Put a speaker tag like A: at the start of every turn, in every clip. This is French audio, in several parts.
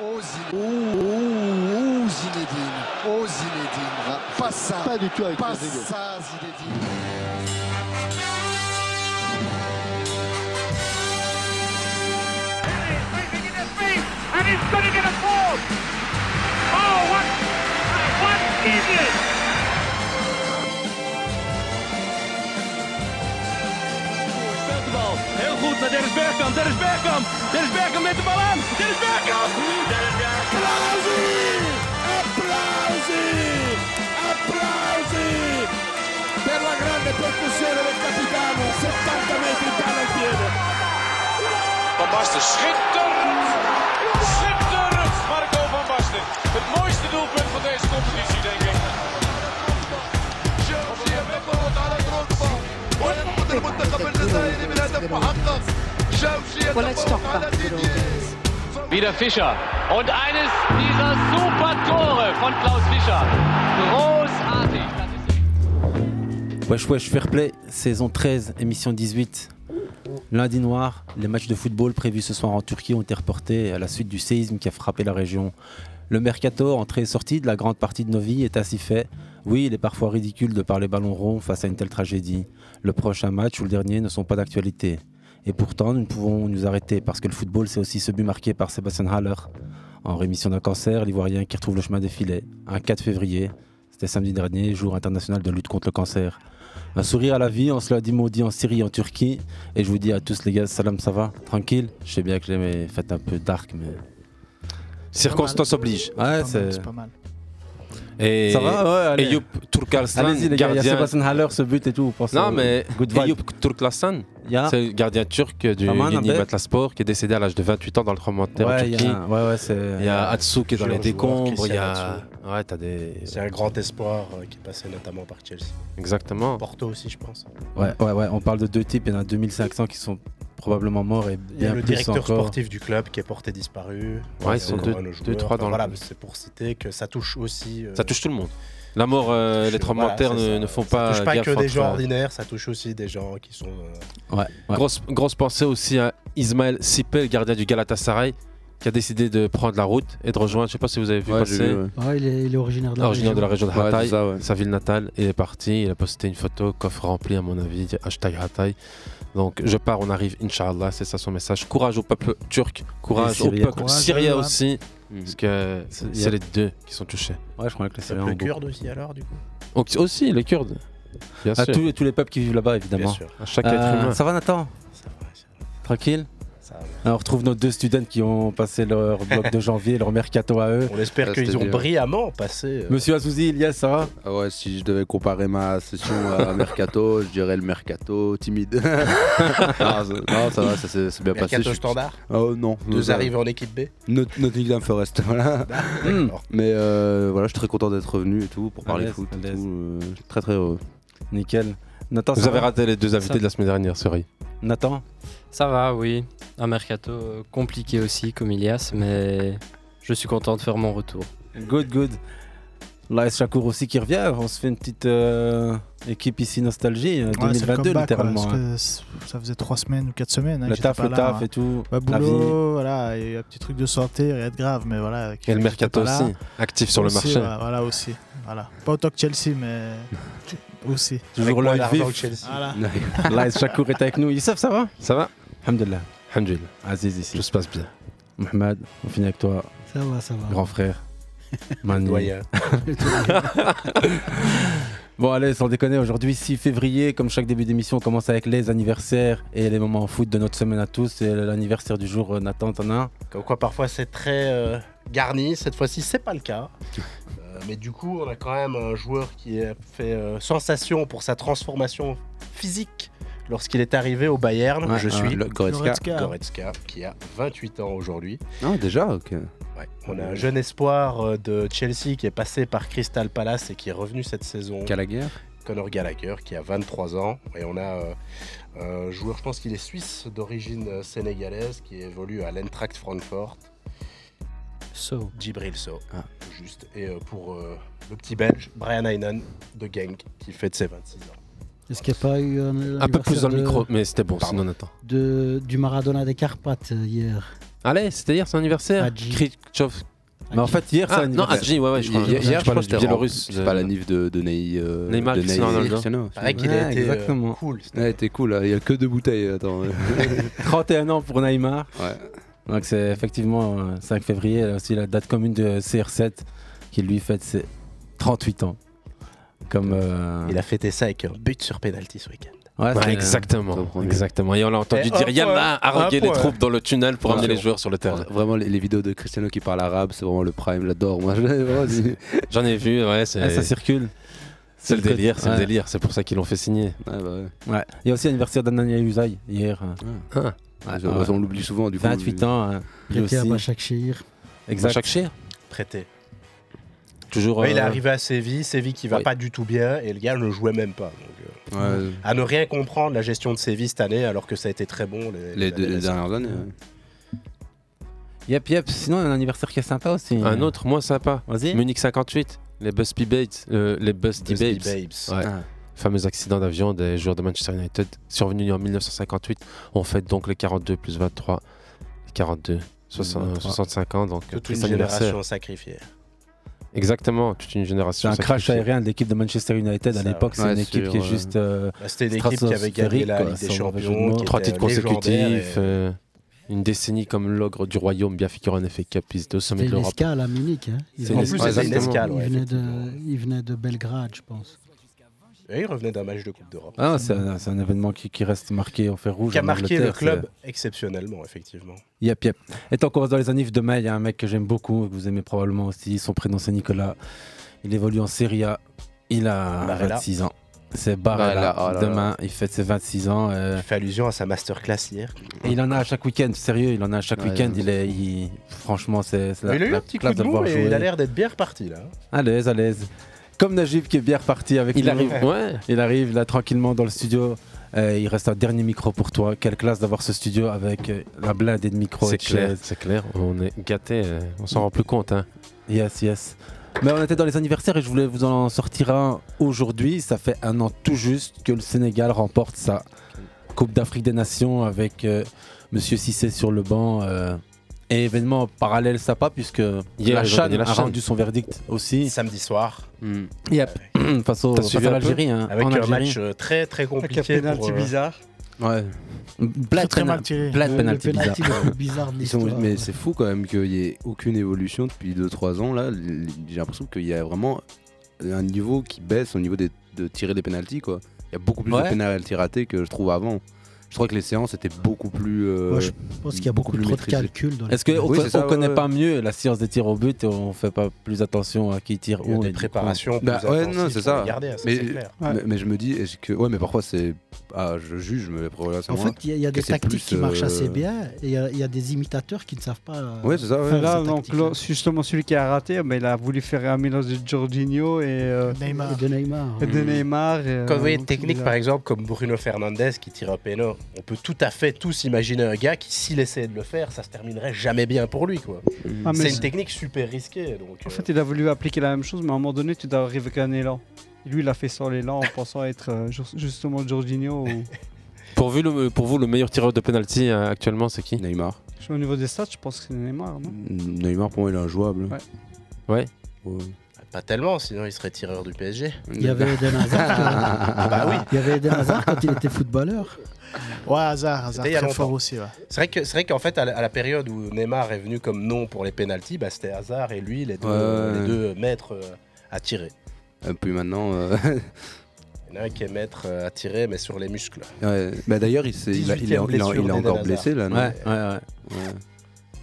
A: Oh, Zin- oh, oh, oh, Zinedine. Oh, Zinedine. Pas ça.
B: Pas du tout avec
A: Pas
B: Porzingis.
A: ça, Zinedine.
C: He's leaping into space, and he's going to get a ball. Oh, what? What is it?
D: bal. Heel goed naar Dennis Bergkamp. Dennis Bergkamp. Dennis Bergkamp met de bal aan. Dennis Bergkamp. Dennis Bergkamp. Applausie. Applausie. Applausie. Per la grande percussione del capitano. 70 metri in al piede.
E: Van Basten, schitterend! Schitterend, Marco van Basten. Het mooiste doelpunt van deze competitie, denk ik. Chelsea hebben het aan de grondbal. والمدرب تقبل النتائج من هدف محقق شاوشي يتفوق على ديدي
F: Wieder Fischer. Und eines dieser super Tore von Klaus Fischer. Großartig. Das ist
G: Wesh Wesh Fair Play, saison 13, émission 18. Lundi noir, les matchs de football prévus ce soir en Turquie ont été reportés à la suite du séisme qui a frappé la région. Le mercato, entrée et sortie de la grande partie de nos vies, est ainsi fait. Oui, il est parfois ridicule de parler ballon rond face à une telle tragédie. Le prochain match ou le dernier ne sont pas d'actualité. Et pourtant, nous ne pouvons nous arrêter parce que le football, c'est aussi ce but marqué par Sébastien Haller. En rémission d'un cancer, l'Ivoirien qui retrouve le chemin des filets. Un 4 février, c'était samedi dernier, jour international de lutte contre le cancer. Un sourire à la vie, on se l'a dit maudit en Syrie, en Turquie. Et je vous dis à tous les gars, salam, ça va Tranquille Je sais bien que j'ai mes fêtes un peu dark, mais. Circonstances obligent. Ouais, c'est.
H: pas mal.
I: Et,
G: Ça va Ouais, allez.
I: et Youp Turkalslan,
G: Allez-y les gars, il y a
I: gardien-
G: Sébastien Haller, ce but et tout. vous pensez
I: Non,
G: au-
I: mais
G: Good
I: et
G: vibe. Ah.
I: Youp Turkalslan,
G: Il y a-
I: c'est le gardien turc du
G: Pas mal, un
I: Uni
G: bête.
I: Sport qui est décédé à l'âge de 28 ans dans le commentaire en
G: Ouais, il y
I: Turquie.
G: a. Ouais, ouais, c'est.
I: Il y a Atsu qui est dans les
J: Joueur, joueur,
I: décombres, il y a.
J: Christian
I: Ouais, t'as des.
J: C'est un grand espoir euh, qui est passé notamment par Chelsea.
I: Exactement.
J: Porto aussi, je pense.
G: Ouais, ouais, ouais, on parle de deux types, il y en a 2500 qui sont probablement morts et
J: Il y a
G: bien
J: le
G: plus
J: directeur
G: encore.
J: sportif du club qui est porté disparu.
I: Ouais, ils sont
J: encore
I: deux-
J: un autre
I: deux,
J: joueur.
I: trois dans le
J: voilà,
I: club.
J: C'est pour citer que ça touche aussi. euh,
I: Ça touche tout le monde. La mort, euh,
J: touche-
I: les trois
J: voilà,
I: mortaires
J: c'est
I: ne,
J: ça.
I: ne font
J: Ça
I: pas.
J: touche pas
I: gaffe hein,
J: que des
I: entre-
J: gens ordinaires, ça touche aussi des gens qui sont. euh,
G: Ouais, ouais.
I: Grosse, grosse pensée aussi à Ismaël Sipel, gardien du Galatasaray, qui a décidé de prendre la route et de rejoindre. Je sais pas si vous avez vu
B: Ouais, j'ai
I: passer.
B: vu, ouais.
H: Ouais, il, est, il est originaire de la
I: Originaire de la
H: région.
I: région de
B: Ouais,
I: Hatay,
B: c'est ça, ouais.
I: Euh, sa ville natale, il est parti, il a posté une photo, coffre rempli à mon avis, hashtag Hatay. Donc je pars, on arrive, Inch'Allah, c'est ça son message. Courage au peuple turc, courage
G: Et
I: au
G: syrien.
I: peuple
H: Courage,
I: syrien
H: ouais.
I: aussi,
B: Mm.
I: parce que
G: C'est- y
I: c'est
G: a-
I: les deux qui sont touchés.
G: Ouais, je crois que les Syriens
J: Le
G: ont beaucoup.
J: kurde aussi, alors, du coup.
I: Donc, aussi les Kurdes, bien
G: À
I: sûr,
G: Ah, tous, tous les peuples qui vivent là-bas,
J: Bien
G: évidemment.
J: sûr.
I: à chaque
G: Euh,
I: être humain.
G: ça va, Nathan
J: Ça va, ça va,
G: Tranquille
J: ça va.
G: Alors, on retrouve nos deux students qui ont passé leur bloc de janvier, leur mercato à eux.
J: On espère
B: Ça,
J: qu'ils
B: c'était
J: ont
B: bien.
J: brillamment passé. euh,
G: Monsieur Azouzi, Ilias, ça va
B: Ah ouais, si je devais comparer ma session à Mercato, je dirais le Mercato timide. non, ça, non, ça va, ça s'est c'est bien passé.
J: Mercato
B: Je suis-
J: standard.
B: Oh non.
J: Deux
B: ça-
J: arrivées en équipe B.
B: Not- Nottingham Forest, voilà.
G: Hmm.
B: Mais euh, voilà, je suis très content d'être revenu et tout pour parler
G: l'aise,
B: foot.
G: à
B: et
G: l'aise.
B: tout, euh, je suis très très heureux.
G: Nickel. Nathan,
I: Vous
G: ça
I: avez
G: va
I: raté les deux invités
D: Ça-
I: de la semaine dernière, sorry.
G: Nathan
K: Ça va, oui. Un mercato euh, compliqué aussi, comme Ilias, mais je suis content de faire mon retour.
G: Good, good. Laïs Chakour aussi qui revient. On se fait une petite euh, équipe ici nostalgie, euh,
H: Ouais, c'est le
G: 2022
H: comeback, quoi,
G: littéralement.
H: parce
G: hein.
H: que c'est- Euh, ça faisait trois semaines ou quatre semaines. hein, que
G: Le
H: j'étais
G: taf,
H: pas
G: le
H: là,
G: taf
H: hein.
G: et tout.
H: Ouais,
G: la vie.
H: boulot, voilà, il y a eu un petit truc de santé, rien de grave, mais voilà. qui
I: Et le
H: fait que
I: mercato
H: j'étais pas
I: aussi,
H: là.
I: actif sur le
H: Aussi,
I: marché.
H: Voilà, voilà, aussi. Voilà. Pas autant que Chelsea, mais aussi.
G: Toujours
J: Moins
G: l'œil
J: d'argent que
G: vif.
J: Chelsea.
H: Voilà.
G: Laïs Chakour est avec nous. Youssef, ça va
I: Ça va
G: Alhamdulillah.
I: Alhamdulillah,
G: Aziz
I: tout
G: ici.
I: se passe bien.
G: Mohamed, on finit avec toi,
H: Ça va, ça va.
G: grand frère. Manu.
J: Doyen.
G: Bon allez, sans déconner, aujourd'hui 6 février, comme chaque début d'émission, on commence avec les anniversaires et les moments foot de notre semaine à tous. Et l'anniversaire du jour, euh, Nathan, t'en as
H: Ah,
G: un
J: Comme quoi parfois c'est très euh, garni, cette fois-ci c'est pas le cas. Euh, mais du coup on a quand même un joueur qui a fait euh, sensation pour sa transformation physique lorsqu'il est arrivé au Bayern.
G: Ouais,
J: Je suis
B: Le Goretzka.
J: Goretzka qui a 28 ans aujourd'hui.
B: Non, déjà, ok.
J: Ouais. On a un jeune espoir euh, de Chelsea qui est passé par Crystal Palace et qui est revenu cette saison.
B: Gallagher.
J: Conor Gallagher qui a 23 ans et on a euh, un joueur, je pense qu'il est suisse d'origine euh, sénégalaise qui évolue à l'Eintracht Francfort,
K: So.
J: Djibril So, hein,
B: Ah.
J: juste et euh, pour euh, le petit belge Brian Heinen de Genk qui fête ses 26 ans.
H: Est-ce qu'il n'y a pas eu un,
I: Un peu plus dans le micro, mais c'était bon,
J: Pardon.
I: sinon attends.
H: de, du Maradona des Carpates hier
I: Allez, c'était hier son anniversaire. Khrushchev.
G: Mais en fait, hier, c'est
I: Ah, Non,
G: l'anniversaire.
I: Adji, ouais, ouais, je crois.
B: Hier, hier, je crois que c'était
I: biélorusse.
B: en- C'est pas la nif de, de Ney. euh,
I: euh, Neymar,
B: de
I: Cristiano Ronaldo.
B: Cristiano.
I: Pareil qu'il a
B: Ouais,
I: été, euh,
B: exactement.
I: cool,
B: Ouais, il était cool. hein. Il y a que deux bouteilles. Attends.
H: ah,
G: 31 ans pour Neymar. Donc c'est effectivement euh, 5 février, là aussi la date commune de CR7 qui lui fête ses 38 ans. Comme euh,
J: Il a fêté ça avec un but sur penalty ce week-end.
B: Ah,
I: Ouais,
G: c'est-
I: exactement, exactement. Et on l'a entendu
J: Et
I: dire
J: un
I: Yallah,
J: point,
I: haranguer
J: un
I: les
J: point.
I: troupes dans le tunnel pour amener
B: Ouais.
I: les joueurs sur le terrain.
B: Vraiment, les, les vidéos de Cristiano qui parle arabe, c'est vraiment le prime. J'adore. Moi, Vraiment, c'est-
I: J'en ai vu, ouais, c'est-
G: Ah, ça circule.
I: C'est le
G: côté-
I: délire, c'est le
G: ouais.
I: délire, c'est pour ça qu'ils l'ont fait signer.
B: bah
G: Ouais. Il y a aussi l'anniversaire d'Anania Usaï hier.
I: Ah.
G: Ouais,
I: Ah,
G: ouais.
I: on l'oublie souvent, du coup.
G: 28 ans. hein, lui
I: Prêté à
G: aussi.
I: Bachak
L: Shehir.
G: Exact.
I: Bachak Shehir
J: Prêté.
I: Toujours.
J: Ouais, il est
I: euh,
J: arrivé à Séville, Séville qui va
I: oui.
J: pas du tout bien et le gars ne jouait même pas. donc, euh,
B: Ouais.
J: À ne rien comprendre la gestion de Séville cette année alors que ça a été très bon les,
B: Les, deux- les dernières années. ouais.
G: Yep, yep. Sinon, un anniversaire qui est sympa aussi.
I: Un autre moins sympa.
G: Vas-y.
I: Munich 58, les Busby Babes. euh, les Busty
J: Busby
I: Babes. Ouais.
J: Babes. Ah.
I: Fameux accident d'avion des joueurs de Manchester United survenu en 1958. On fête donc les 42 plus 23. les 42, soixante-
J: 23.
I: 65 ans. Donc,
J: Toute
I: plus
J: une
I: anniversaire.
J: génération sacrifiée.
I: Exactement, toute une
G: C'est
I: génération.
G: un crash
I: sacrifiée.
G: aérien de l'équipe de Manchester United à
I: Ça,
G: l'époque. C'est
I: ouais,
G: une équipe
I: sur,
G: qui est
I: euh,
G: juste. euh,
J: Bah, c'était l'équipe qui avait gagné la
G: stratosphérique,
J: Ligue des
G: quoi, sans mauvais jeu de
J: Champions,
G: mots.
J: qui euh,
I: Trois titres consécutifs,
J: et-
I: euh, une décennie comme l'ogre du royaume, bien figurant en FA Cup, ils deux sommets
L: C'était
I: de
L: une
I: l'Europe.
L: escale à Munich. Hein.
I: C'est une escale, exactement.
L: il, venait de, il venait de Belgrade, je pense.
J: Et il revenait d'un match de Coupe d'Europe.
G: Ah, c'est un, c'est un événement qui, qui reste marqué en fer rouge.
J: qui a
G: en
J: marqué le
G: Angleterre,
J: club exceptionnellement, effectivement.
G: c'est- Yep, yep. Et tant qu'on reste dans les anifs de mai, il y a un mec que j'aime beaucoup, que vous aimez probablement aussi. Son prénom c'est Nicolas. Il évolue en Serie A. Il a
J: Barella.
G: 26 ans. C'est Barella.
J: Barella, oh là là.
G: Demain, il fête ses 26 ans. euh,
J: Fait allusion à sa masterclass hier.
G: Et il en a à chaque week-end, sérieux, il en a à chaque
J: Ouais,
G: week-end.
J: ouais.
G: Il est, il- franchement, c'est c'est
J: Mais il a eu
G: la
J: un petit coup
G: classe
J: de
G: le
J: mou
G: voir
J: et
G: jouer.
J: il a l'air d'être bien reparti là. hein.
G: À l'aise, à l'aise. Comme Najib qui est bien reparti avec
J: Il
G: nous.
J: arrive, ouais.
G: Il arrive là tranquillement dans le studio. Euh, il reste un dernier micro pour toi. Quelle classe d'avoir ce studio avec euh, la blindée de micros.
I: C'est
G: et de
I: clair,
G: chaises.
I: c'est clair. On est gâté, euh, on s'en rend plus compte. Hein.
G: Yes, yes. Mais on était dans les anniversaires et je voulais vous en sortir un aujourd'hui. Ça fait un an tout juste que le Sénégal remporte sa Coupe d'Afrique des Nations avec euh, Monsieur Cissé sur le banc. euh, et événement parallèle sympa puisque
I: Hier,
G: la
I: ils ont
G: Chan
I: gagné la
G: a
I: Chan.
G: rendu son verdict aussi.
J: Samedi soir.
G: Yep. face au-
I: T'as
G: face
I: suivi
G: à
I: un peu
G: l'Algérie. hein,
J: Avec
G: en
J: un
G: Algérie.
J: match euh, très très compliqué.
L: pénalty
J: pour, euh,
L: bizarre.
G: Ouais. Black
L: très mal tiré. Le- le
G: penalty bizarre.
L: pénalty le plus bizarre de
B: Ils sont-
L: l'histoire.
B: mais c'est fou quand même qu'il n'y ait aucune évolution depuis 2-3 ans. Là, L- j'ai l'impression qu'il y a vraiment un niveau qui baisse au niveau des- de tirer des pénalties. Quoi. Il y a beaucoup plus
L: Ouais.
B: de pénalties ratées que je trouve avant. Je crois que les séances étaient beaucoup plus. euh,
L: Moi, je pense qu'il y a beaucoup
B: plus
L: trop de
B: maîtrisées.
L: calculs dans les-
G: Est-ce qu'on
B: Oui, c'est ça, ouais,
G: connaît
B: ouais.
G: pas mieux la science des tirs au but et on fait pas plus attention à qui tire
J: Il y a
G: où
J: des
G: et du coup-
J: préparations
B: Bah ouais,
J: attentifs
B: non, c'est
J: pour
B: ça.
J: les garder, hein, ça,
B: mais,
J: c'est clair.
B: mais- mais je me dis, est-ce que. Ouais, mais parfois c'est. Ah, je juge, mais après, voilà, c'est
L: En
B: moi,
L: fait, il y a- il y, a
B: que
L: des
B: c'est
L: tactiques
B: plus,
L: qui marchent
B: euh,
L: assez bien et il y a- il y, a des imitateurs qui ne savent pas. euh,
B: Ouais, c'est ça, ouais.
L: faire
M: Là,
L: ces
M: donc,
L: tactiques-là.
M: là,
G: hein.
M: justement, celui qui a raté, ah, mais il a voulu faire un mélange de Jorginho et, euh,
L: Et de Neymar. hein.
M: et
G: Mmh.
M: de Neymar. et,
J: Quand
M: euh,
J: vous voyez une
M: donc,
J: technique,
M: il a-
J: par exemple, comme Bruno Fernandez qui tire un péno, on peut tout à fait tous imaginer un gars qui, s'il essayait de le faire, ça se terminerait jamais bien pour lui. quoi.
M: Ah, mais
J: c'est
M: c'est-
J: une technique super risquée. Donc, euh,
M: En fait, il a voulu appliquer la même chose, mais à un moment donné, tu dois arriver avec un élan. Et lui, il a fait sans l'élan en pensant être euh, ju- justement Jorginho. ou-
I: Pour, vous, le, pour vous, le meilleur tireur de penalty euh, actuellement, c'est qui
B: Neymar.
M: Je sais, Au niveau des stats, je pense que c'est Neymar. Non
B: Neymar, pour moi, il est injouable.
M: Ouais.
I: Ouais.
J: Pas tellement, sinon il serait tireur du PSG.
L: Il y avait Eden Hazard.
J: Ah bah oui.
L: Il y avait Eden Hazard quand il était footballeur.
H: Ouais, Hazard, Hazard,
J: C'était il y a
H: très fort
J: longtemps.
H: aussi. ouais.
J: C'est vrai que- c'est vrai qu'en fait, à la, à la période où Neymar est venu comme nom pour les pénalties, bah, c'était Hazard et lui, les deux,
B: Ouais.
J: les deux maîtres euh, à tirer.
B: Et puis maintenant. euh,
J: Il y en a un qui est maître euh, à tirer, mais sur les muscles.
B: ouais. Bah, D'ailleurs, il, s'est- il, a- il est
J: 18e
B: il est- il est
J: blessure d'Eden
B: encore
J: Hazard.
B: blessé là, non
G: Ouais, ouais, ouais.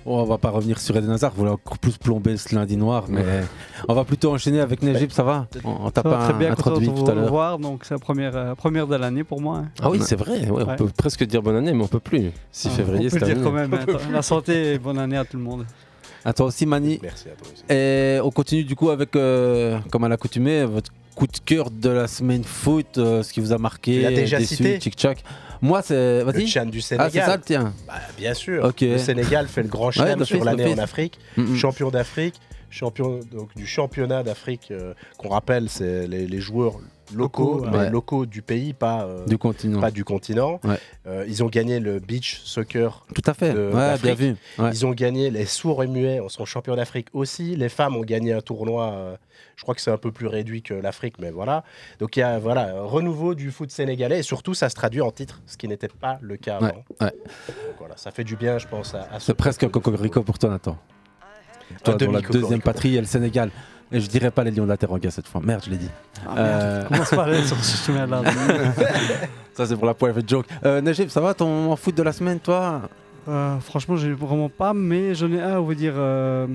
G: Oh, on va pas revenir sur Eden Hazard, vous voulez encore plus plomber ce lundi noir, mais
M: Ouais.
G: on va plutôt enchaîner avec Najib, ça va On, on t'a
M: Ça va
G: pas
M: très bien content de
G: introduit tout à
M: vous
G: l'heure.
M: revoir, donc c'est la première, euh, première de l'année pour moi. hein.
I: Ah oui, c'est vrai, ouais, on
M: Ouais.
I: peut presque dire bonne année, mais on peut plus. 6
M: Ah,
I: février,
M: On peut
I: c'est
M: le dire quand même,
I: terminé.
M: hein. la santé et bonne année à tout le monde.
G: À toi aussi, Mani.
J: Merci à toi
M: Eh,
J: aussi.
G: Et on continue du coup avec, euh, comme à l'accoutumée, votre coup de cœur de la semaine foot, euh, ce qui vous a marqué.
J: Tu l'as déjà
G: déçu,
J: cité.
G: Tchic-tchac. Moi, c'est.
J: Le
G: vas-y.
J: Tchad du
G: Ah,
J: Sénégal.
G: c'est ça le tien
J: Bah, Bien sûr.
G: Ok.
J: Le Sénégal fait le grand
G: Ouais, bah,
J: chelem
G: d'office,
J: sur l'année
G: d'office.
J: en Afrique,
G: Mhm.
J: champion d'Afrique, champion donc, du championnat d'Afrique, euh, qu'on rappelle, c'est les, les joueurs locaux,
G: Locaux,
J: mais
G: ouais.
J: locaux du pays, pas, euh,
G: Du continent.
J: pas du continent.
G: Ouais.
J: Euh, ils ont gagné le beach soccer.
G: Tout à fait.
J: de-
G: Ouais,
J: d'Afrique.
G: bien vu. Ouais.
J: Ils ont gagné les sourds et muets, en sont champions d'Afrique aussi. Les femmes ont gagné un tournoi. euh, je crois que c'est un peu plus réduit que l'Afrique, mais voilà. Donc il y a voilà un renouveau du foot sénégalais et surtout ça se traduit en titre, ce qui n'était pas le cas
G: Ouais,
J: avant.
G: ouais.
J: Donc, voilà, ça fait du bien, je pense, à, à ce
G: C'est presque un cocorico pour toi, Nathan. Toi, dans la
J: demi-cocorico.
G: deuxième patrie, il y a le Sénégal. Et je dirais pas les Lions de la Teranga cette fois. Merde, je l'ai dit. Euh,
H: Commence par les sources, je te mets là.
G: Ça, c'est pour la private joke. Euh, Najib, ça va ton foot de la semaine, toi
M: Euh, franchement, j'ai vraiment pas, mais j'en ai un, on va dire, euh,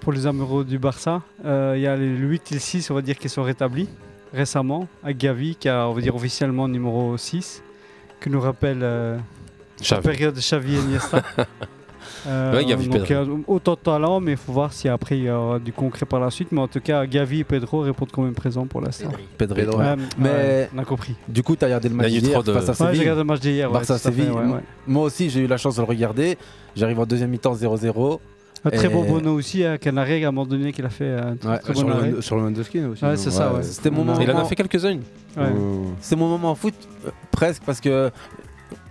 M: pour les amoureux du Barça. Euh, Il y a les- le 8 et le 6, on va dire, qui sont rétablis récemment, à Gavi, qui a, on va dire, officiellement numéro 6, que nous rappelle euh, la
I: Xavi.
M: période Xavi et Iniesta.
I: Ouais, Gavi,
M: donc,
I: Pedro.
M: euh, autant de talent, mais il faut voir si après il y aura du concret par la suite. Mais en tout cas, Gavi et Pedro répondent quand même présent pour l'instant.
G: Pedri.
M: Ouais,
G: ouais. Mais
M: ouais, on a compris.
G: Du coup, t'as regardé le
M: Il y a
G: match
M: eu
G: d'hier
M: trop de-
G: face à
M: Ouais,
G: Séville.
M: j'ai regardé le match d'hier, ouais,
G: Barça
M: tout à fait,
G: Séville.
M: ouais,
G: M-
M: ouais.
G: Moi aussi, j'ai eu la chance de le regarder. J'arrive en deuxième mi-temps 0-0.
M: Un très
G: Et-
M: bon Bono aussi, hein, Canaré, à un moment donné, qu'il a fait euh, un très,
G: Ouais,
M: très
G: sur
M: bon
G: le-
M: arrêt.
B: sur le Lewandowski, aussi,
M: Ouais,
B: non
M: c'est ça,
B: Ouais,
M: ouais.
G: C'était mon
M: On a-
G: moment.
I: Il en a fait quelques-unes.
M: Ouais.
G: C'est mon moment en foot, euh, presque, parce que euh,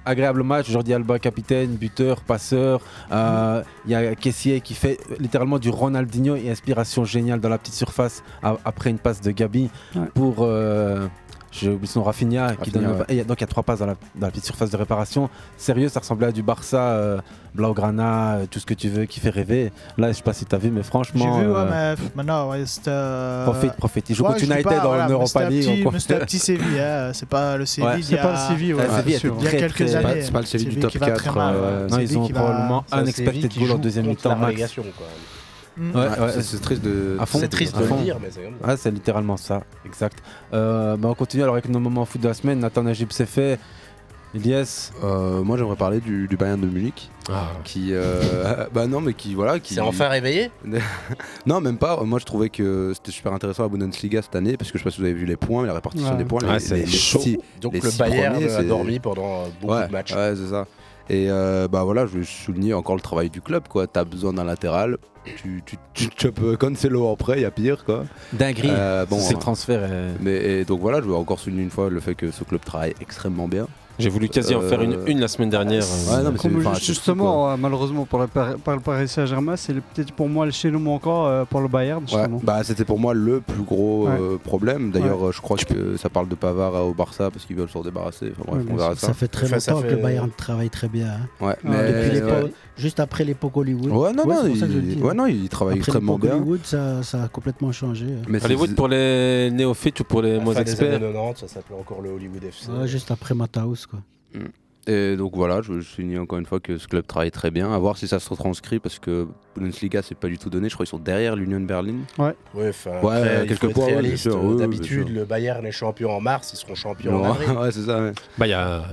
G: agréable match. Jordi Alba, capitaine, buteur, passeur. Euh, Il y a Kessier qui fait euh, littéralement du Ronaldinho et inspiration géniale dans la petite surface a- après une passe de Gabi pour. euh, j'ai oublié son nom, Rafinha, qui donne.
B: Rafinha, ouais.
G: et il y a- donc il y a trois passes dans la, dans la petite surface de réparation. Sérieux, ça ressemblait à du Barça, euh, Blaugrana, euh, tout ce que tu veux, qui fait rêver. Là, je sais pas si t'as vu, mais
H: J'ai
G: franchement.
H: vu, ouais,
G: euh,
H: mais pff, maintenant, ouais, c'était. euh,
G: Profite, profite. Ils jouent
H: ouais,
G: contre
H: je dis
G: United
H: pas,
G: en
H: voilà, mais
G: Europa
H: c'était un
G: League,
H: petit-
G: en
H: mais C'était un
G: quoi.
H: petit Séville, hein, c'est pas le Séville. il y
G: C'est
H: a-
G: pas le Séville, ouais.
H: il y a
G: Séville était
H: Il y a
G: très,
H: quelques
G: très-
H: années.
G: C'est pas le Séville du
H: qui
G: top
H: va très
G: 4,
H: mal,
G: euh,
H: ouais.
G: non, ils
H: Séville
G: ont
H: qui va-
J: Ah,
G: probablement
H: c'est un
G: unexpected
H: Séville qui
G: goal en
H: joue
G: deuxième
H: contre
G: mi-temps
H: la
G: max.
H: relégation, quoi. Mm.
G: Ouais,
B: Ouais,
G: ouais,
B: c'est- c'est triste de-
G: à fond.
B: c'est triste de
G: À
B: le
G: fond.
B: dire,
J: mais c'est comme
G: Ouais, c'est littéralement ça, exact. Euh, bah, on continue alors avec nos moments foot de la semaine. Nathan Najib s'est fait. Elias
B: Euh, Moi j'aimerais parler du, du Bayern de Munich.
G: Ah,
B: Qui. euh, bah non, mais qui. Voilà, qui.
J: C'est enfin réveillé
B: Non, même pas. Moi je trouvais que c'était super intéressant la Bundesliga cette année parce que je sais pas si vous avez vu les points, mais la répartition
J: Ouais.
B: des points.
J: Ah,
B: les-
J: c'est
B: les
J: chaud.
B: six-
J: Donc
B: les
J: le
B: six
J: Bayern
B: premiers,
J: a
B: c'est-
J: dormi pendant euh, beaucoup
B: Ouais,
J: de matchs.
B: Ouais, c'est ça. Et euh, bah voilà, je vais souligner encore le travail du club. quoi. T'as besoin d'un latéral, tu, tu, tu te chopes euh, Cancelo en prêt, il y a pire. quoi.
G: Dinguerie. C'est euh, le
B: transfert. Mais, et donc voilà, je veux encore souligner une fois le fait que ce club travaille extrêmement bien.
I: J'ai voulu quasi en faire
G: Euh,
I: une- une la semaine dernière.
B: Ouais, non, mais c'est
M: Comme
B: enfin,
M: ju-
B: c'est
M: justement, euh, malheureusement pour, la Par- par le Paris Saint-Germain, c'est le- peut-être pour moi le chaînon manquant euh, pour le Bayern.
B: Ouais,
M: Justement.
B: bah, c'était pour moi le plus gros euh, problème. D'ailleurs, euh, je crois que ça parle de Pavard euh, au Barça parce qu'ils veulent s'en débarrasser. Enfin, bref,
L: Ouais,
B: on verra ça.
L: ça fait très longtemps que le Bayern travaille très bien. hein.
B: Ouais,
L: Ah,
B: mais-
L: depuis l'époque-
B: ouais.
L: Juste après l'époque Hollywood.
B: Ouais, non, non,
L: c'est pour ça que je
B: il-
L: le dis,
B: ouais,
L: hein.
B: non, il travaille
L: Après
B: extrêmement
L: l'époque
B: bien.
L: Hollywood, ça, ça a complètement changé. hein.
I: Hollywood pour les néophytes ou pour les moins
J: Fin des années
I: experts
J: 90, ça s'appelait encore le Hollywood FC.
L: Ouais, juste après Mataus, quoi.
B: Et donc voilà, je, je souligne encore une fois que ce club travaille très bien. À voir si ça se retranscrit parce que Bundesliga, c'est pas du tout donné. Je crois qu'ils sont derrière l'Union Berlin.
M: Ouais.
J: Ouais, enfin,
B: Ouais,
J: après, il
B: quelques
J: faut être
B: points, ouais, bien
J: réaliste.
B: sûr, oui, oui, bien
J: D'habitude,
B: sûr.
J: le Bayern est champion en mars, ils seront champions en avril.
B: Ouais, ouais, c'est ça. ouais.
I: Bah, il y a.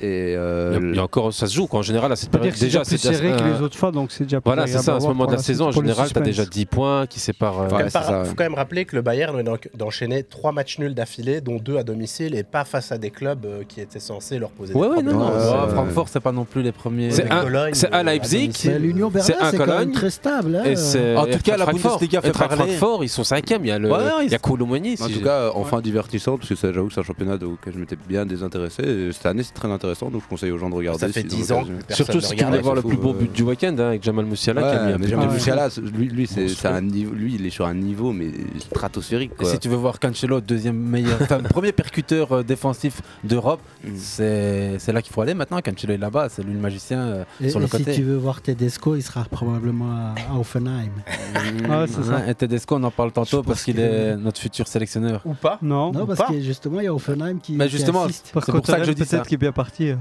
B: Et euh,
G: Euh,
I: il y a- il y a encore, ça se joue quoi. En général, à cette
M: C'est-à-dire
I: période,
M: que c'est
I: déjà,
M: déjà plus
I: c'est déjà-
M: serré que
I: un-
M: les autres fois, donc c'est déjà plus
I: Voilà, c'est
M: agréable
I: ça.
M: à
I: À ce
M: voir
I: moment de
M: pour
I: la
M: la
I: saison, en
M: suite, pour le
I: général, t'as
M: suspense.
I: déjà 10 points qui séparent. euh,
J: Faut quand même par- faut quand même rappeler que le Bayern est d'en- d'enchaîner trois matchs nuls d'affilée, dont deux à domicile et pas face à des clubs euh, qui étaient censés leur poser
G: Ouais,
J: des
G: ouais,
J: problèmes.
G: non, non.
J: Ouais,
I: Euh,
G: Ouais, Francfort, c'est pas non plus les premiers.
J: C'est à- Cologne, c'est à euh, Leipzig,
L: Mais l'Union Berlin, c'est quand même très stable. hein.
I: Et c'est-
G: En tout cas, la
I: Francfort.
G: Bundesliga fait
I: Eintracht
G: parler.
I: Francfort, ils sont cinquième. Il y a le,
G: Ouais, ouais,
I: il y a Colomoni.
B: En
I: si
B: tout
I: j'ai-
B: cas, euh, enfin divertissant, parce que ça, j'avoue que c'est un championnat auquel je m'étais bien désintéressé. Et cette année, c'est très intéressant, donc je conseille aux gens de regarder.
I: Ça fait
B: s'ils ont
I: 10 ans
B: l'occasion.
I: que personne Surtout ne si tu regarde. voulais voir le plus beau but du week-end, hein, avec Jamal Moussiala qui a mis un
B: mais
I: but
B: Jamal
I: de fou.
B: Musiala, c'est- lui, lui, c'est, c'est un niveau, lui, il est sur un niveau mais stratosphérique.
G: Et
B: Quoi.
G: si tu veux voir Cancelo, deuxième meilleur, enfin, premier percuteur euh, défensif d'Europe, c'est c'est là qu'il faut aller maintenant. Cancelo est là-bas, c'est lui le magicien euh,
L: Et,
G: sur le
L: et si
G: côté.
L: tu veux voir Tedesco, il sera probablement à à Offenheim.
M: Ah,
G: Ouais, hein, Et Tedesco, on en parle tantôt parce qu'il
L: que-
G: est notre futur sélectionneur.
J: Ou pas
M: Non,
L: Non, parce que justement, il y a Offenheim qui.
G: Mais
L: qui
G: justement,
L: assiste.
G: c'est pour ça que je dis ça.
M: peut-être qu'il est bien parti. euh.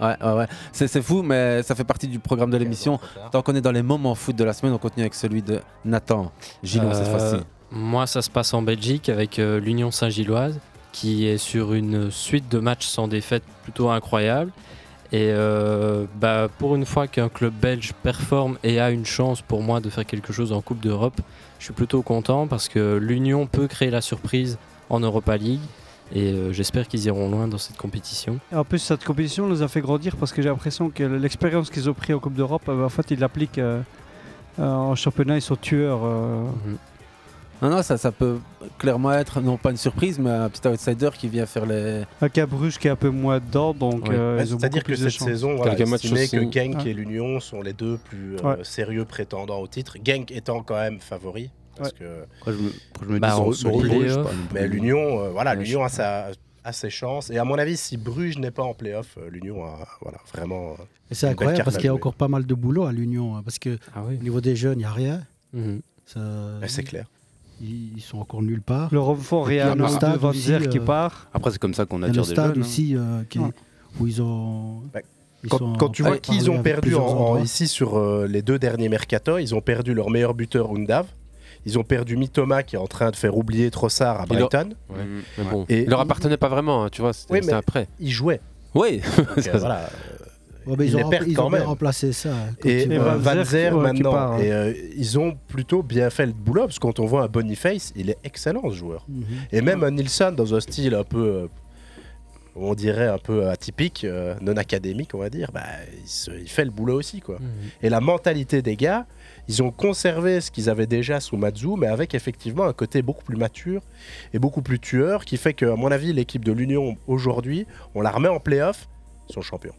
G: Ouais, ouais, ouais. C'est, c'est fou, mais ça fait partie du programme de l'émission. Tant qu'on est dans les moments foot de la semaine, on continue avec celui de Nathan Gillon cette
K: Euh,
G: fois-ci.
K: Moi, ça se passe en Belgique avec euh, l'Union Saint-Gilloise qui est sur une suite de matchs sans défaite plutôt incroyable. Et euh, bah, pour une fois qu'un club belge performe et a une chance pour moi de faire quelque chose en Coupe d'Europe, je suis plutôt content parce que l'Union peut créer la surprise en Europa League et euh, j'espère qu'ils iront loin dans cette compétition.
M: Et En plus, cette compétition nous a fait grandir parce que j'ai l'impression que l'expérience qu'ils ont pris en Coupe d'Europe, euh, en fait, ils l'appliquent euh, Euh, en championnat, ils sont tueurs. euh.
K: Mhm.
G: Non, non, ça, ça peut clairement être, non pas une surprise, mais un petit outsider qui vient faire les.
M: Un cas Bruges qui est un peu moins dedans, donc
G: Ouais.
M: euh,
G: Ouais,
M: ils ont
J: C'est-à-dire
M: beaucoup
J: que
M: plus de
J: cette
M: chance.
J: saison, voilà,
G: Quelques matchs
J: estimé que
G: aussi.
J: Genk
M: Ouais.
J: et l'Union sont les deux plus euh,
M: Ouais.
J: sérieux prétendants au titre. Genk étant quand même favori. Parce
B: Ouais.
J: que
B: Après, je me- après, je me
J: Bah,
B: dis,
J: on
B: on-
J: se
B: on-
J: relève,
B: je sais pas,
J: mais
B: non plus.
J: l'Union, euh, voilà,
B: Ouais,
J: l'Union a, sa- a ses chances. Et à mon avis, si Bruges n'est pas en play-off, euh, l'Union a voilà, vraiment. euh,
L: Et C'est
J: une belle
L: incroyable
J: carte
L: parce
J: à
L: qu'il y a
J: jouer.
L: encore pas mal de boulot à l'Union. hein, Parce que au niveau des jeunes, il n'y a rien. Ça-
J: Ouais, c'est clair.
L: Ils ils sont encore nulle part.
M: Le renfort
L: Et puis, il y a
M: Real
L: le stade
M: de Van
L: aussi,
M: Zer qui
L: euh,
M: part.
B: Après, c'est comme ça qu'on
L: il y a
B: attire
L: le
B: des
L: stade
B: jeunes. hein.
L: aussi euh, qui- où ils ont. ils sont
J: Bah, Quand, quand
L: en
J: tu vois
L: parler
J: qu'ils ont
L: avec
J: perdu en-
L: plusieurs
J: en-
L: endroits.
J: ici sur euh, les deux derniers mercato, ils ont perdu leur meilleur buteur Undav. Ils ont perdu Mitoma qui est en train de faire oublier Trossard à
I: Il leur-
J: Brighton.
I: Ouais, mais bon,
J: Et-
I: il leur appartenait pas vraiment, hein, tu vois, c'était
J: Oui,
I: c'était
J: mais
I: après.
J: Il jouait.
I: Oui,
J: Donc, euh, voilà.
L: Ouais, mais
J: ils
L: ils,
J: les
L: ont,
J: perdent
L: rempla- ils
J: quand
L: ont bien
J: même.
L: remplacé ça. hein, quand
J: Et
L: tu
J: euh,
L: vois.
J: Van Zer
M: ouais, qui
J: maintenant.
M: part, hein.
J: Et euh, ils ont plutôt bien fait le boulot parce que quand on voit un Boniface, il est excellent ce joueur.
L: Mhm.
J: Et même un Nilsson dans un style un peu, euh, on dirait un peu atypique, euh, non académique, on va dire, bah, il, se- il fait le boulot aussi. quoi. Et la mentalité des gars, ils ont conservé ce qu'ils avaient déjà sous Matsu, mais avec effectivement un côté beaucoup plus mature et beaucoup plus tueur, qui fait que, à mon avis, l'équipe de l'Union aujourd'hui, on la remet en play-off, ils sont champions.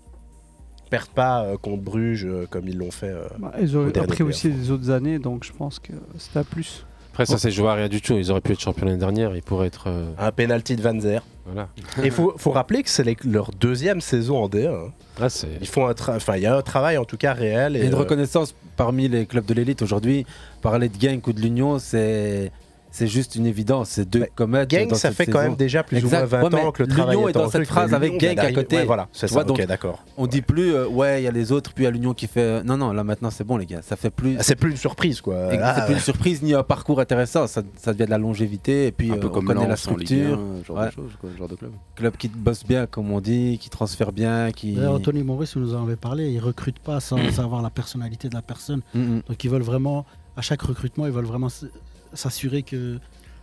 J: Ils Perdent pas euh, contre Bruges euh, comme ils l'ont fait. euh,
M: Bah, ils
J: au
M: ont
J: dernier
M: appris
J: play-off.
M: aussi les autres années, donc je pense que c'est un plus.
I: Après, ça, c'est joué à rien du tout. Ils auraient pu être champions l'année dernière, ils pourraient être. euh,
J: Un penalty de Van Zer.
I: Voilà.
J: Et il faut, faut rappeler que c'est les- leur deuxième saison en D1. hein. Ils font un tra- enfin, il y a un travail en tout cas réel.
G: Et
J: Et,
G: une
J: euh,
G: reconnaissance parmi les clubs de l'élite aujourd'hui, parler de Genk ou de l'Union, c'est. C'est juste une évidence, c'est deux comètes.
J: Genk,
G: dans
J: ça
G: cette
J: fait quand
G: saison.
J: même déjà plus ou
G: Exact.
J: moins 20
G: Ouais,
J: ans
G: mais
J: que le travail
G: L'Union
J: est
G: est dans
J: en
G: cette
J: truc, mais
G: phrase avec
J: l'Union vient
G: Genk à
J: d'arriver.
G: côté.
J: Ouais, voilà, c'est ça,
G: Tu vois,
J: ok,
G: donc,
J: d'accord.
G: On dit plus, euh, ouais, il y a les autres, puis il y a l'Union qui fait. euh, Non, non, là maintenant c'est bon, les gars, ça fait plus.
J: Ah, C'est plus une surprise, quoi.
G: Et
J: Là,
G: c'est plus
J: euh,
G: une surprise ni un parcours intéressant. Ça, ça devient de la longévité et puis
B: Un peu
G: euh,
B: comme
G: on connaît la
B: Lens en Ligue
G: structure.
B: un, genre de chose, quoi, genre de club.
G: Club qui bosse bien, comme on dit, qui transfère bien, qui.
L: D'ailleurs, Anthony Maurice nous en avait parlé, ils recrutent pas sans savoir la personnalité de la personne.
G: Mhm.
L: Donc ils veulent vraiment, à chaque recrutement, ils veulent vraiment s- s'assurer que,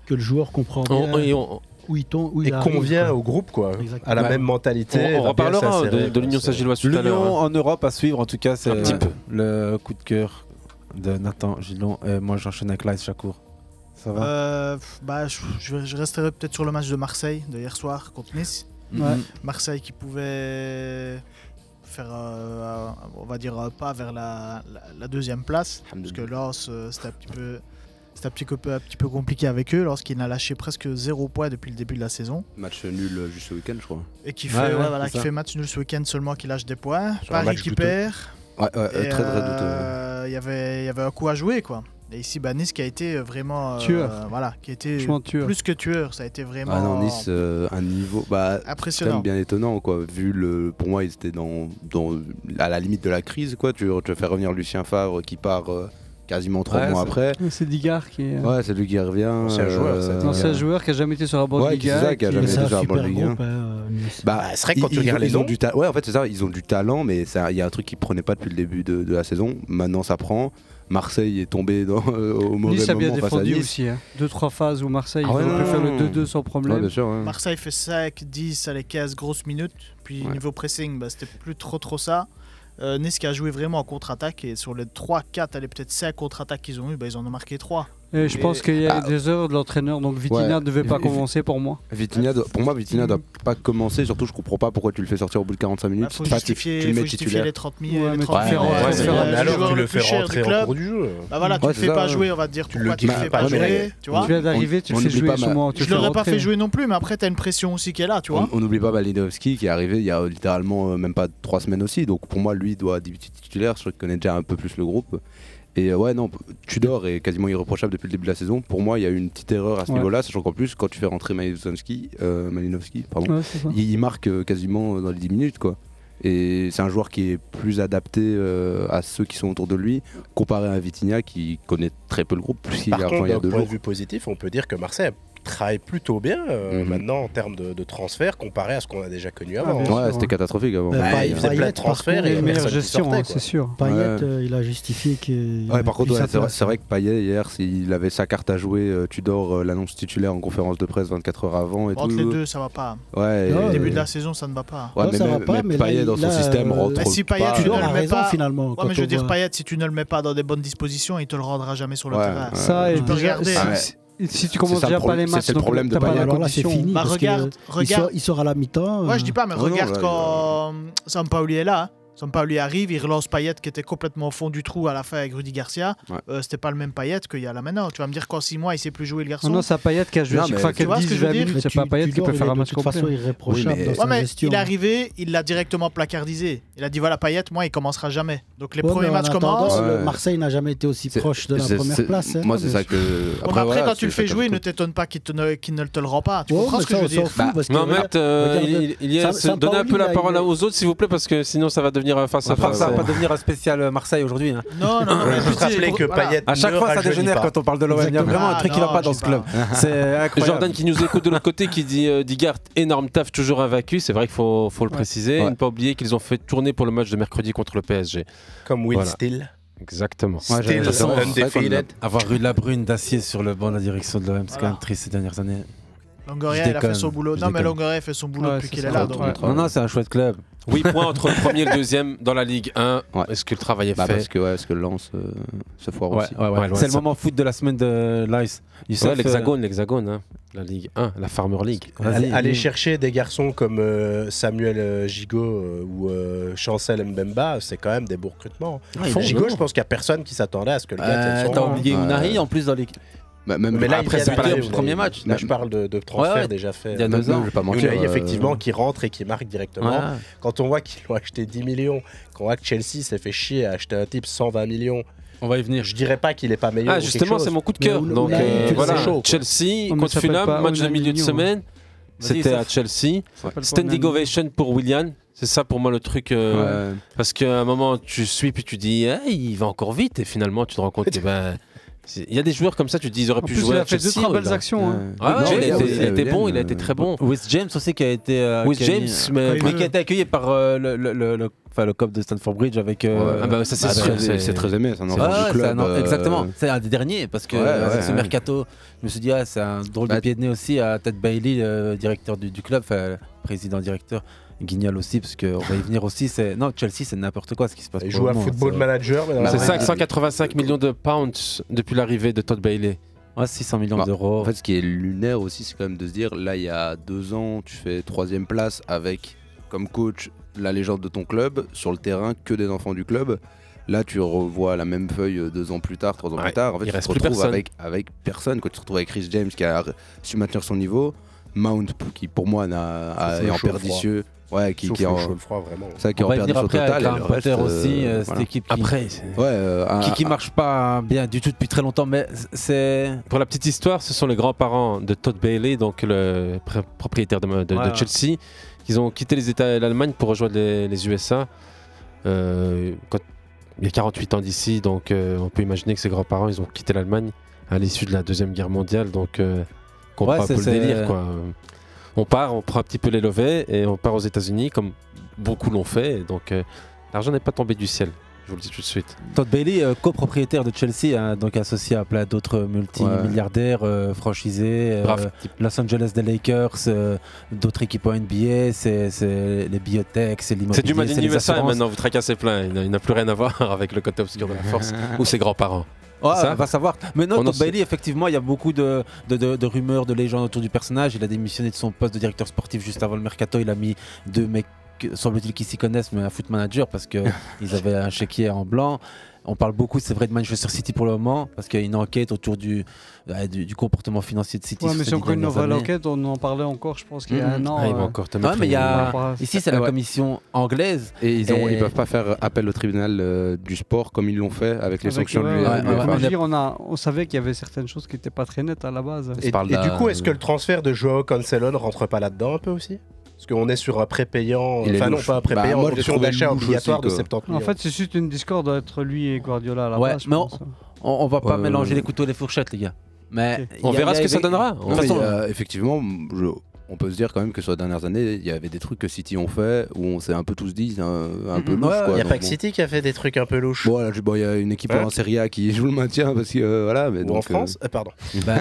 L: que le joueur comprend
I: On-
M: Oh,
L: bien
I: et on-
L: où il tombe, où
J: et
L: il
G: ah,
L: arrive,
J: convient
L: quoi.
J: au groupe, quoi.
L: Exactement.
J: À la
L: Ouais.
J: même mentalité.
L: On- on
J: va bien
L: reparlera
J: s'insérer,
I: de- de
J: quoi,
I: l'Union
J: c'est-
I: Saint-Gilloise tout à l'heure,
G: L'Union
I: hein.
G: en Europe à suivre, en tout cas, c'est
I: Un petit
G: euh,
I: peu.
G: le coup de cœur de Nathan Gillon. Et moi, j'enchaîne avec Lice Chakour. Ça va
H: Euh, pff, bah, je, je- je resterai peut-être sur le match de Marseille de hier soir contre Nice.
G: Mhm. Ouais.
H: Marseille qui pouvait faire, euh, un- on va dire, un pas vers la, la- la deuxième place. Parce que Lens, euh, c'était un petit peu. C'était un petit, peu, un petit peu compliqué avec eux lorsqu'il n'a lâché presque zéro poids depuis le début de la saison.
B: Match nul euh, juste ce week-end, je crois.
H: Et qui fait, ouais, voilà, qui fait match nul ce week-end seulement, qui lâche des points.
B: Sur un
H: Paris
B: match
H: qui
B: douteux.
H: perd.
B: Ouais, ouais, euh,
H: Et,
B: très, très douteux.
H: euh, Il y avait- il y avait un coup à jouer, quoi. Et ici, bah, Nice qui a été vraiment. euh,
B: Tueur.
H: Voilà, qui a été
M: Franchement, tueur.
H: plus que tueur. Ça a été vraiment.
B: Ah non, Nice, euh, un niveau bah,
H: Impressionnant.
B: quand même bien étonnant, quoi. Vu le, pour moi, ils étaient dans, dans, à la limite de la crise, quoi. Tu, tu fais revenir Lucien Favre qui part euh, quasiment trois
M: Ouais,
B: mois
M: c'est-
B: après.
M: Ouais, C'est Digard qui est.
B: Ouais, c'est lui qui revient. euh,
M: Ancien joueur, ça, Digard. Ancien joueur qui a jamais été sur la bande
B: ouais,
M: Ligue
B: qui- c'est
M: un,
B: ça, qui a
M: qui-
B: jamais
M: Mais
B: été
M: c'est un
B: sur la bande
M: super
B: Ligue un.
M: groupe, hein, Nice.
B: Bah,
J: Bah, c'est vrai que quand
B: ils-
J: tu regardes
B: ils ont-
J: les
B: ils ont
J: noms-
B: du ta- Ouais, en fait, c'est ça, ils ont du talent, mais ça- il y a un truc qu'ils prenaient pas depuis le début de, de la saison. Maintenant, ça prend. Marseille est tombé dans, au mauvais
M: Nice a bien
B: moment face à
M: défendu
B: Nice.
M: aussi. hein. Deux, trois phases où Marseille
B: Ah ouais,
M: ils auraient pu
B: non,
M: faire
B: non.
M: le 2-2 sans problème.
B: Ouais, bien sûr, ouais.
H: Marseille fait 5, 10, allez, 15 grosses minutes. Puis
B: Ouais.
H: niveau pressing, bah, c'était plus trop trop ça. Euh, nice qui a joué vraiment en contre-attaque. Et sur les 3, 4, allez, peut-être 5 contre-attaques qu'ils ont eu, bah, ils en ont marqué 3.
B: Mm.
M: Et je pense qu'il y a des heures de l'entraîneur, donc Vitina
B: Ouais.
M: ne devait pas
B: Et-
M: commencer pour moi.
B: Vitinha doit- pour moi, Vitinha doit pas commencer. Surtout, je comprends pas pourquoi tu le fais sortir au bout de 45
M: Bah,
B: minutes.
H: Bah, faut
B: Tu- tu-
H: justifier-
B: tu le
H: faut
B: mets
H: justifier
B: titulaire.
H: les 30 000, Ouais, les mais 30
J: Ouais,
B: 000
J: mais-
B: euros.
J: ouais, mais-
B: Ouais,
J: mais
B: le
J: alors
B: joueur
J: tu
B: le
J: le
B: plus
J: fais
B: cher
J: rentrer
B: du
J: en
B: club.
J: cours du jeu.
H: Bah voilà, tu
B: Ouais,
H: le fais
B: c'est
H: pas
B: ça.
H: jouer, on va te dire
B: Tu
H: pourquoi
B: le
H: tu le
B: dis
H: fais
B: pas.
H: pas
B: Ouais, mais
H: jouer. Tu vois
B: Tu viens d'arriver, tu le On- fais on jouer, n'oublie pas, sûrement, bah, tu le
H: Je
B: fais
H: l'aurais pas
B: rentrer.
H: fait jouer non plus, mais après, t'as une pression aussi qui est là, tu vois.
B: On- On n'oublie pas Balidowski qui est arrivé il y a euh, littéralement euh, même pas trois semaines aussi. Donc pour moi, lui doit débuter titulaire. Je connais déjà un peu plus le groupe. Et euh, ouais, non, p- Tudor est quasiment irreprochable depuis le début de la saison. Pour moi, il y a eu une petite erreur à ce
M: Ouais.
B: niveau-là, sachant qu'en plus, quand tu fais rentrer Malinowski, euh, Malinowski, pardon,
M: Ouais, c'est ça.
B: il, il marque euh, quasiment dans les 10 minutes. quoi. Et c'est un joueur qui est plus adapté euh, à ceux qui sont autour de lui, comparé à Vitinha qui connaît très peu le groupe, puisqu'il
J: Par
B: est arrivé
J: contre,
B: il y a
J: d'un
B: deux
J: point de
B: jours.
J: vue positif, on peut dire que Marseille a travaille plutôt bien euh,
B: Mhm.
J: maintenant en termes de, de transfert comparé à ce qu'on a déjà connu avant.
B: ouais, c'était catastrophique avant.
J: Bah,
B: Ouais,
J: il
B: ouais.
J: faisait plein de transferts et il y a personne qui
L: hein,
J: sortait, quoi.
L: Payet,
B: Ouais.
L: euh, il a justifié que.
B: Ouais, par contre, ouais, c'est vrai, c'est vrai que Payet, hier, s'il avait sa carte à jouer, euh, Tudor euh, l'annonce titulaire en conférence de presse 24 heures avant. Et
H: Entre
B: tout.
L: Euh,
H: les deux, ça va pas.
B: Ouais,
H: Au
B: et-
H: début de la saison, ça ne va pas.
B: Ouais, Non, mais ça même- va pas, mais mais là, Payet, il- dans son là, système, euh, rentre
H: Bah, si
B: pas.
H: Payet, tu
B: Tudor
H: ne
B: a
H: le mets
B: raison,
H: pas.
L: finalement,
H: Ouais,
L: quand
H: mais je
L: on
H: veux dire,
L: voit-
H: Payet, si tu ne le mets pas dans des bonnes dispositions, il te le rendra jamais sur le
B: Ouais,
H: terrain.
B: ouais, Ça, ouais. et
H: tu peux
B: déjà-
H: regarder.
B: Ah, mais-
M: Et Si tu
B: C'est
M: commences
B: ça le
M: déjà pas
B: problème-
M: les
B: c'est
M: matchs,
B: le
M: donc
B: problème de
M: t'as pas
B: Payet.
M: la
B: Alors
L: Là, c'est
M: condition.
L: fini.
H: Bah,
L: parce que,
H: regarde,
L: euh, il
H: regarde.
L: sort- Il sort à la mi-temps.
H: Ouais,
L: euh,
H: je dis pas, mais
B: Ah non,
H: regarde
B: là,
H: quand Sampaoli est là. Sampaoli arrive, il relance Payet qui était complètement au fond du trou à la fin avec Rudy Garcia.
B: Ouais.
H: Euh, C'était pas le même Payet qu'il y a là maintenant. Tu vas me dire qu'en 6 mois, il sait plus jouer le garçon.
M: Non, non, c'est à Payet qui a joué
B: Non,
M: à chaque
B: mais-
M: fois
B: Tu
M: qu'elle
H: vois ce que je veux
M: 10-20
H: dire
M: minutes, c'est pas Payet qui peut faire un match complet.
B: irréprochable dans
H: Ouais,
B: sa
H: mais
B: gestion.
H: Il est arrivé, il l'a directement placardisé. Il a dit voilà, Payet, moi, il commencera jamais. Donc les
L: ouais,
H: premiers
L: mais en
H: matchs
L: attendant,
H: commencent.
L: le
B: Ouais.
L: Marseille n'a jamais été aussi proche de la
B: c'est-
L: première
B: c'est-
L: place. hein.
B: Moi, c'est ça que.
H: Bon, Après,
B: voilà,
H: quand tu le
B: c'est-
H: fais jouer, ne t'étonne pas qu'il te ne, qu'il ne te le rend pas. Tu comprends
L: mais
H: ce que je veux
L: ça, on
H: dire
L: s'en fout, parce que
I: Mais en
L: regarde-
I: fait, euh,
L: regarde,
I: il- il- Ilias,
L: Sam-
I: donnez un peu
L: Sampaoli,
I: la
L: là,
I: parole
L: il-
I: à aux autres, s'il vous plaît, parce que sinon ça va devenir euh, face à face.
G: Ça va
I: euh,
G: pas devenir un spécial euh, Marseille aujourd'hui. hein.
H: Non, non, non, mais
J: Juste rappeler que
G: Voilà.
J: Payet
G: À chaque
J: ne
G: fois, ça
J: rajeunit
G: dégénère
J: pas.
G: quand on parle de l'OM. Il y a
J: Exactement.
G: vraiment un
J: Ah,
G: truc qui va
J: non,
G: pas dans
J: je
G: ce
J: sais
G: club. C'est incroyable.
I: Jordan qui nous écoute de l'autre côté qui dit euh, Digard, énorme taf, toujours invaincu. C'est vrai qu'il faut, faut le préciser. Et
B: Ouais.
I: ne pas oublier qu'ils ont fait tourner pour le match de mercredi contre le PSG.
J: Comme Will Steele.
I: Exactement.
J: Ouais, Steele, j'avais-
I: Exactement.
J: undefeated.
G: Avoir eu la brune d'acier sur le banc de la direction de l'OM, c'est quand même triste ces dernières années.
H: Longoria, il
G: Je
H: a fait
G: déconne,
H: son boulot.
G: je
H: Non, mais
G: déconne.
H: Longoria, il fait son boulot
G: Ouais,
H: depuis
G: c'est
H: qu'il
G: ça.
H: est là.
G: Ouais.
H: donc-
G: Non, non, c'est un chouette club.
I: 8 points entre le premier et le deuxième dans la Ligue 1. Est-ce que le travail est
B: Bah,
I: fait
B: parce que, ouais, parce que Lens euh, se foire
G: Ouais,
B: aussi.
G: ouais, ouais. c'est le moment foot de la semaine de l'Ice.
I: Ouais, l'hexagone, l'hexagone, hein. la Ligue 1, la Farmer League.
J: Allez, allez
I: chercher.
J: chercher des garçons comme euh, Samuel euh, Gigot euh, ou euh, Chancel Mbemba, c'est quand même des beaux recrutements.
G: Ah, ils font
J: Gigot,
G: vraiment.
J: je pense qu'il n'y a personne qui s'attendait à ce que le gars tienne son
G: Euh, T'as
J: rang.
G: oublié
J: hein. Ouais.
G: Unai en plus dans les.
J: mais là,
G: après,
J: il
G: c'est
J: vient
G: pas
J: d'arriver,
G: le premier
J: Unai.
G: match.
J: Là, je parle de, de transfert
G: Ouais, ouais.
J: déjà fait.
G: Il y a deux ans.
B: je vais pas mentir,
J: Unai,
B: euh,
J: effectivement, qui rentre et qui marque directement.
G: Ouais.
J: Quand on voit qu'ils l'ont acheté 10 millions, qu'on voit que Chelsea s'est fait chier à acheter un type 120 millions.
I: On va y venir.
J: Je dirais pas qu'il est pas meilleur.
I: Ah,
J: ou quelque
I: justement, c'est
J: chose.
I: mon coup de cœur. Donc euh, voilà, Chelsea
J: Non, mais
I: contre
J: ça s'appelle
I: Fulham,
J: pas
I: match de
J: Unai
I: milieu de
J: Nino, hein.
I: semaine.
J: Vas-y,
I: C'était
J: ça-
I: à Chelsea.
J: s'appelle pas
I: Standing
J: Unai Nino.
I: ovation pour Willian. C'est ça pour moi le truc. euh, Parce qu'à un moment, tu suis puis tu dis, Eh, il va encore vite. Et finalement, tu te rends compte que. ben, c'est- il y a des joueurs comme ça, tu te dis, ils auraient pu
M: plus,
I: jouer
M: il a
I: à
M: fait deux,
I: Chelsea,
M: trois
I: ou
M: belles
I: il a-
M: actions, hein.
I: Ouais, ouais,
G: Non,
I: il a
G: Willian,
I: été- il a été
G: Willian,
I: bon, il a
G: euh,
I: été très bon.
G: With James aussi qui a été. euh,
I: With
G: qui a-
I: James, mais-
G: mais qui a été accueilli par euh, le, le, le, le- enfin, le cop de Stanford Bridge avec. euh,
I: Ah bah, ça, c'est
G: bah,
I: sûr, c'est-
B: c'est très aimé, c'est un enfant
G: Ah ouais,
B: du club,
G: c'est un en-
B: euh,
G: Exactement, c'est un des derniers parce que
B: Ouais,
G: euh,
B: ouais,
G: ce
B: ouais. Bah,
G: mercato, je me suis dit, ah, c'est un drôle de pied de nez aussi à Ted Bailey, le directeur du, du club, enfin, président-directeur. Guignol aussi, parce qu'on va y venir aussi. c'est- Non, Chelsea, c'est n'importe quoi ce qui se passe.
J: Il
G: pour
J: joue
G: le
J: à
G: moment,
J: Football
G: c'est-
J: Manager, mais dans la
I: C'est
J: vraie vie.
I: 585 millions de pounds depuis l'arrivée de Todd Bailey.
G: Ouais, 600 millions
B: Bah,
G: d'euros.
B: En fait, ce qui est lunaire aussi, c'est quand même de se dire là, il y a deux ans, tu fais troisième place avec comme coach la légende de ton club, sur le terrain, que des enfants du club. Là, tu revois la même feuille euh, deux ans plus tard, trois ans
I: Ouais,
B: plus tard. En fait,
I: il
B: tu
I: reste
B: te
I: plus
B: retrouves
I: personne.
B: avec, avec personne. Quand tu te retrouves avec Chris James qui a su maintenir son niveau, Mount p- qui pour moi n'a- a-
J: Sauf
B: est
J: le
B: en
J: chaud, le
B: perditieux.
J: froid.
B: Ouais, qui,
J: Sauf
B: qui est
J: le
B: en,
J: chaud, le froid, vraiment.
B: C'est ça qui est en
G: On va y venir
B: perdition
G: après
B: totale.
G: avec
B: et
G: Graham
B: le reste,
G: Potter aussi,
B: euh,
G: euh, cette
B: voilà.
G: équipe qui-
B: Ouais, euh, un-
G: qui, qui
B: un-
G: marche pas hein, bien du tout depuis très longtemps, mais c'est.
I: Pour la petite histoire, ce sont les grands-parents de Todd Bailey, donc le pr- propriétaire de, de- de
G: Ouais.
I: Chelsea, qui ont quitté les États l'Allemagne pour rejoindre les, les USA. Euh, quand- il y a 48 ans d'ici, donc euh, on peut imaginer que ses grands-parents, ils ont quitté l'Allemagne à l'issue de la Deuxième Guerre mondiale, donc euh, on comprend
G: Ouais,
I: un
G: c'est-
I: peu le
G: c'est-
I: délire. Quoi. On part, on prend un petit peu les levées et on part aux États-Unis, comme beaucoup l'ont fait. et donc euh, l'argent n'est pas tombé du ciel, je vous le dis tout de suite.
G: Todd Bailey, euh, copropriétaire de Chelsea, hein, donc associé à plein d'autres multimilliardaires euh, franchisés, euh,
I: Brave
G: Los Angeles des Lakers, euh, d'autres équipes en NBA, c'est c'est les biotech, c'est l'immobilier,
I: C'est du Made in
G: c'est Bah, les
I: USA
G: assurances.
I: maintenant, vous tracassez plein. Il n'a- il n'a plus rien à voir avec le côté obscur de la force ou ses grands-parents.
G: Ouais,
I: Ça
G: on va savoir. Mais non,
I: On en
G: Todd
I: sait-
G: Bailey, effectivement, il y a beaucoup de, de, de- de rumeurs, de légendes autour du personnage. Il a démissionné de son poste de directeur sportif juste avant le mercato. Il a mis deux mecs, euh, semble-t-il, qui s'y connaissent, mais un foot manager parce qu'ils avaient un chéquier en blanc. On parle beaucoup, c'est vrai, de Manchester City pour le moment, parce qu'il y a une enquête autour du, euh, du, du comportement financier de City.
M: Ouais,
G: sur
M: mais
G: ces
M: si
G: dix
M: encore une
G: dernières
M: nouvelle
G: années.
M: enquête, on en parlait encore, je pense qu'il y a un an.
G: Ah, il va
M: euh,
G: encore te mettre Ouais, mais il y a- ici, c'est la commission anglaise.
B: Et ils, ont,
G: Et-
B: ils peuvent pas faire appel au tribunal euh, du sport comme ils l'ont fait avec les
M: avec-
B: sanctions
M: ouais,
B: de l'UE-
M: ouais,
B: de l'UEFA.
M: on peut dire, on, a, on savait qu'il y avait certaines choses qui n'étaient pas très nettes à la base.
J: Et, et du coup, est-ce que le transfert de Joao Cancelo ne rentre pas là-dedans un peu aussi Parce qu'on est sur un prépayant,
B: Il est
J: enfin non
B: louche.
J: pas un
B: Bah,
J: prépayant, une
B: moi, je l'ai
J: option
B: trouvé
J: d'achat
B: louche
J: obligatoire
B: aussi,
J: de
B: quoi.
J: 70
M: En
J: millions.
M: fait, c'est juste une discorde entre lui et Guardiola à la
G: Ouais,
M: base. je
G: mais on,
M: pense.
G: on, on va pas
B: Ouais,
G: mélanger
B: ouais.
G: les couteaux et les fourchettes, les gars. Mais
I: On
G: il y a-
I: verra
G: il y
I: ce que
G: avait-
I: ça donnera.
B: Non,
I: De toute
B: mais,
I: façon-
B: euh, effectivement, je- on peut se dire quand même que sur les dernières années, il y avait des trucs que City ont fait où on s'est un peu tous dit un, un peu
J: Mhm.
B: louche.
J: Ouais,
B: quoi.
J: y a
B: Donc,
J: pas que
B: bon.
J: City qui a fait des trucs un peu louches.
B: Bon, là, je- bon, il y a une équipe
J: Hein
B: en Serie A qui joue le maintien parce que euh, voilà. Mais
J: Ou
B: donc,
J: en France
B: euh,
J: Euh, Pardon.
G: Bah,